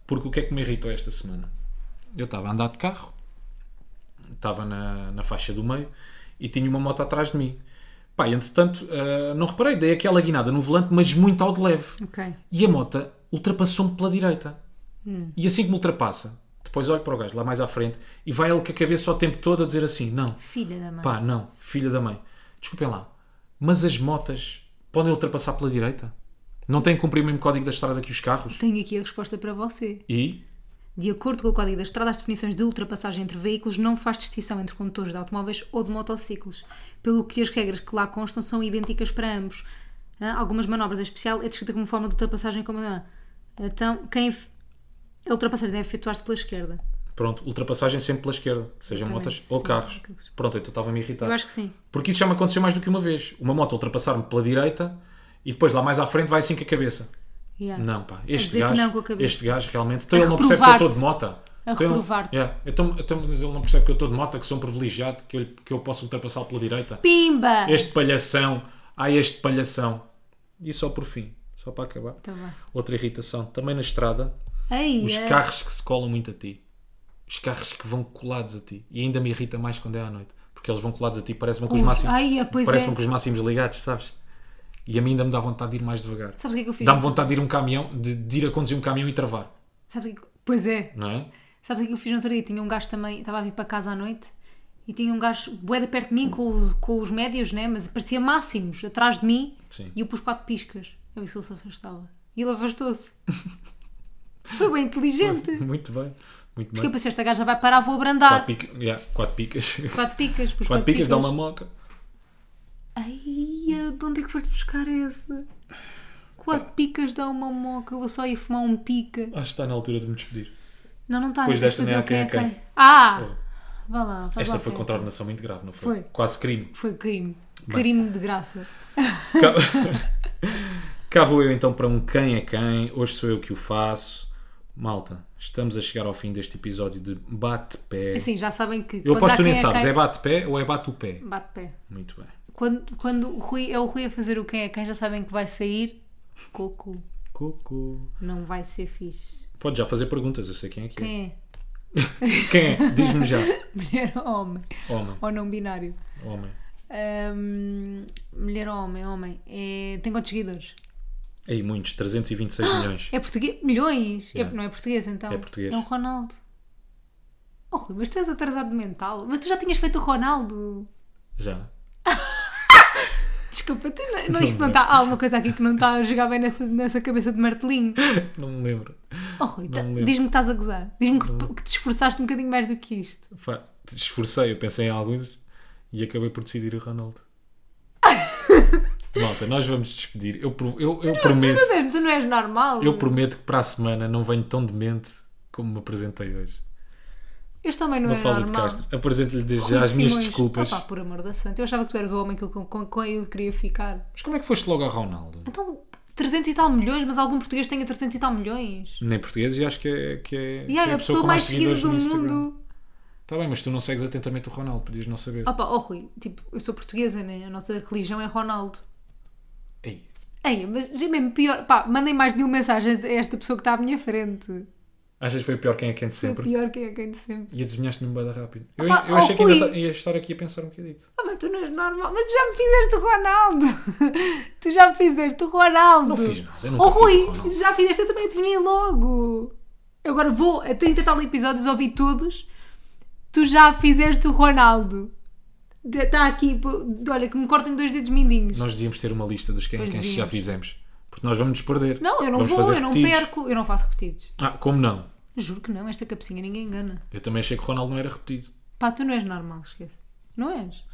B: Porque o que é que me irritou esta semana? Eu estava a andar de carro, estava na, na faixa do meio e tinha uma moto atrás de mim. Pá, e entretanto, ah, não reparei, dei aquela guinada no volante, mas muito ao de leve.
A: Ok.
B: E a moto ultrapassou-me pela direita.
A: Hum.
B: E assim que me ultrapassa, depois olho para o gajo lá mais à frente e vai ele com a cabeça o tempo todo a dizer assim: não,
A: Filha da mãe.
B: Pá, não, filha da mãe. Desculpem lá, mas as motas podem ultrapassar pela direita? Não têm que cumprir o mesmo código da estrada que os carros?
A: Tenho aqui a resposta para você.
B: E?
A: De acordo com o Código da Estrada, as definições de ultrapassagem entre veículos não faz distinção entre condutores de automóveis ou de motociclos, pelo que as regras que lá constam são idênticas para ambos. Hã? Algumas manobras, em especial, é descrita como forma de ultrapassagem como... Hã? Então, quem... ef- A ultrapassagem deve efetuar-se pela esquerda.
B: Pronto, ultrapassagem sempre pela esquerda, sejam
A: Também,
B: motas ou
A: sim, é
B: carros.
A: aqueles-
B: Pronto, então estava-me irritado.
A: Eu acho que sim.
B: Porque isso já me aconteceu mais do que uma vez. Uma moto ultrapassar-me pela direita e depois lá mais à frente vai assim com a cabeça.
A: Yeah.
B: Não, pá, este
A: dizer que
B: gajo,
A: não com É. a cabeça.
B: este gajo realmente. Então
A: A
B: ele não percebe que eu estou de
A: reprovar-te.
B: mota.
A: A
B: Então ele-
A: reprovar-te.
B: Yeah, então, então, mas ele não percebe que eu estou de mota, que sou um privilegiado, que eu, lhe- que eu posso ultrapassar pela direita.
A: Pimba!
B: este palhação, há este palhação. E só por fim, só para acabar.
A: Tá bem.
B: Outra irritação, também na estrada,
A: Ai,
B: os
A: é.
B: carros que se colam muito a ti. Os carros que vão colados a ti. E ainda me irrita mais quando é à noite. Porque eles vão colados a ti, parecem com os
A: Com os-
B: máximos.
A: Ai, é, pois
B: parecem
A: é.
B: com os máximos ligados, sabes? E a mim ainda me dá vontade de ir mais devagar.
A: Sabes o que é que eu fiz?
B: Dá-me vontade de ir um caminhão, de, de ir a conduzir um caminhão e travar,
A: Sabes o que é que- Pois é.
B: não é?
A: Sabes o que é que eu fiz no outro dia? Tinha um gajo também, estava a vir para casa à noite e tinha um gajo bué de perto de mim com, o- com os médios, né? Mas parecia máximos atrás de mim
B: Sim.
A: e eu pus quatro piscas. Eu vi se ele se afastava. E ele afastou-se. *laughs* Foi bem inteligente.
B: *laughs* Muito bem, muito
A: Porque eu
B: bem.
A: pensei, esta gaja vai parar, vou
B: Quatro,
A: abrandar.
B: pica, yeah, quatro picas. Quatro,
A: Quatro picas, pus
B: picas, dá uma moca.
A: Ai, de onde é que foste buscar esse? Quatro picas dá uma moca, eu vou só ir fumar um pica.
B: Acho que está na altura de me despedir.
A: Não, não está.
B: Pois
A: tens de
B: desta
A: fazer
B: nem há
A: o
B: quem é
A: é
B: quem.
A: Ah!
B: Oh.
A: Vá lá, faz
B: Esta
A: lá o
B: foi
A: que é quem.
B: contornação muito grave, não
A: Foi.
B: Quase crime.
A: *laughs* Foi crime. Crime de graça.
B: Cá... Cá vou eu então para um quem é quem. Hoje sou eu que o faço. Malta, estamos a chegar ao fim deste episódio de bate-pé.
A: Assim, já sabem que.
B: eu aposto que tu nem
A: quem
B: sabes,
A: quem-
B: é bate-pé ou é bate-o-pé?
A: Bate pé.
B: Muito bem.
A: Quando, quando o Rui, é o Rui a fazer o quem é quem, já sabem que vai sair. Coco.
B: Coco.
A: Não vai ser fixe.
B: Pode já fazer perguntas, eu sei quem é que
A: Quem é? *laughs*
B: é. Quem é? Diz-me já.
A: Mulher ou homem?
B: Homem,
A: Ou não binário?
B: homem.
A: Ahm, mulher ou homem? Homem. É, tem quantos seguidores?
B: Aí muitos, 326 milhões.
A: É português? Milhões? É-
B: Yeah.
A: não é português então?
B: É português.
A: É um Ronaldo. Oh Rui, mas tu és atrasado mental. Mas tu já tinhas feito o Ronaldo.
B: Já.
A: Desculpa, tu não, não, isto não está. Há alguma coisa aqui que não está a jogar bem nessa, nessa cabeça de martelinho.
B: Não me lembro.
A: Oh, Rui, tá-
B: me lembro.
A: diz-me que estás a gozar. Diz-me que, que te esforçaste um bocadinho mais do que isto.
B: Fa- Esforcei, eu pensei em alguns e acabei por decidir
A: *laughs*
B: o Ronaldo. Malta, nós vamos despedir. Eu, pro- eu, eu
A: Tu
B: prometo.
A: não, és, tu não és normal.
B: Eu prometo que para a semana não venho tão demente como me apresentei hoje.
A: Este também não,
B: Não
A: é
B: falo de
A: normal. é
B: Castro. Apresento-lhe desde
A: Rui
B: já as minhas
A: Simões.
B: desculpas.
A: Opa, por amor da santa. Eu achava que tu eras o homem que eu, com, com quem eu queria ficar.
B: Mas como é que foste logo a Ronaldo?
A: Então, 300 e tal milhões, mas algum português tenha 300 e tal milhões.
B: Nem português e acho que é, que é,
A: E
B: que
A: é
B: é
A: a pessoa mais seguida do
B: seguidores no Instagram.
A: mundo.
B: Está bem, mas tu não segues atentamente o Ronaldo, podias não saber.
A: Opa, oh Rui, tipo, eu sou portuguesa, né? A nossa religião é Ronaldo.
B: Ei,
A: Ei, mas é mesmo pior. Pá, mandem mais de mil mensagens a esta pessoa que está à minha frente.
B: achas que foi pior quem é quem de
A: É
B: sempre?
A: pior que é quem de sempre.
B: E adivinhaste-me bem rápido. Eu,
A: Opa,
B: eu achei
A: oh,
B: que ainda
A: Rui.
B: ta- ia estar aqui a pensar um bocadito.
A: Ah, mas tu não és normal. Mas tu já me fizeste o Ronaldo. *laughs* tu já me fizeste o Ronaldo.
B: Não fiz nada, eu nunca
A: Oh
B: fiz o
A: Rui,
B: Ronaldo.
A: já fizeste, eu também adivinhei logo. Eu agora vou a 30 e tal episódios, ouvi todos. Tu já fizeste o Ronaldo. Está aqui, pô, de- olha, que me cortem dois dedos mindinhos.
B: Nós devíamos ter uma lista dos quem
A: Pois
B: quem
A: devíamos.
B: já fizemos. Porque nós vamos nos perder.
A: Não, eu não
B: Vamos
A: vou,
B: fazer
A: eu não
B: repetidos.
A: perco, eu não faço repetidos.
B: Ah, como não?
A: Juro que não, esta cabecinha ninguém engana.
B: Eu também achei que o Ronaldo não era repetido.
A: Pá, tu não és normal, esquece. Não és.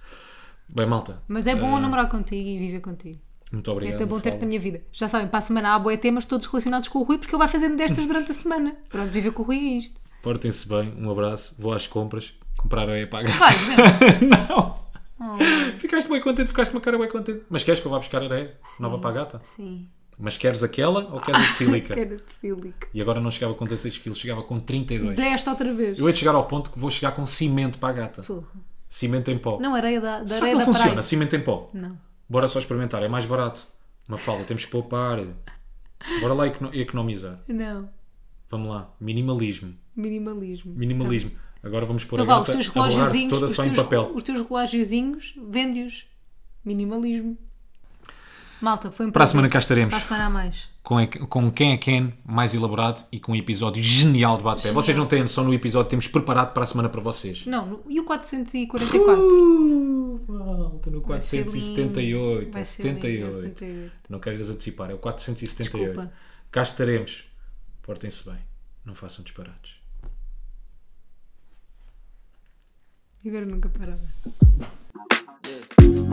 B: Bem, malta.
A: Mas é bom
B: eh,
A: namorar contigo e viver contigo.
B: Muito obrigado.
A: É tão bom
B: Mafalda.
A: ter-te na minha vida. Já sabem, para a semana há boé temas todos relacionados com o Rui, porque ele vai fazendo destas durante a
B: *laughs*
A: semana. Pronto, viver com o Rui é isto.
B: Portem-se bem, um abraço, vou às compras, comprar areia para a gata.
A: Vai, vem.
B: *laughs* não!
A: Oh,
B: Ficaste bem contente, ficaste uma cara bem contente. Mas queres que eu vá buscar areia nova para a gata?
A: sim.
B: Mas queres aquela ou queres a de sílica?
A: Cara de sílico.
B: E agora não chegava com 16 kg, chegava com 32.
A: Deste outra vez.
B: Eu hei de chegar ao ponto que vou chegar com cimento para a gata.
A: Porra.
B: Cimento em pó.
A: Não, areia da, da
B: Será
A: areia
B: que não
A: da
B: funciona? assim?
A: praia.
B: Cimento em pó.
A: Não.
B: Bora só experimentar, é mais barato. Uma fala, temos que poupar. Bora lá econo- economizar.
A: Não.
B: Vamos lá. Minimalismo.
A: Minimalismo.
B: Minimalismo. Agora vamos pôr
A: Então
B: a
A: vá, os
B: gata
A: teus
B: a borrar-se
A: relógiozinhos.
B: toda
A: Os
B: só em
A: teus,
B: papel.
A: os teus relógiozinhos, vende-os. Minimalismo. Malta, foi um
B: Para a
A: prazer.
B: semana cá estaremos.
A: Para a semana a mais.
B: com, com quem é quem mais elaborado e com um episódio genial de bate-pé. Vocês não têm noção no episódio que temos preparado para a semana para vocês.
A: Não, no- e o 444?
B: Uh, malta, no
A: Vai ser lindo.
B: 478.
A: Vai ser lindo,
B: 78.
A: 78.
B: Não queres antecipar, é o 478.
A: Desculpa.
B: Cá estaremos. Portem-se bem. Não façam disparates.
A: E agora nunca parava.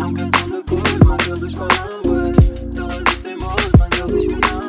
C: Aunque tanto cool, mas eles falam, ué. Todos temos, mas eles não,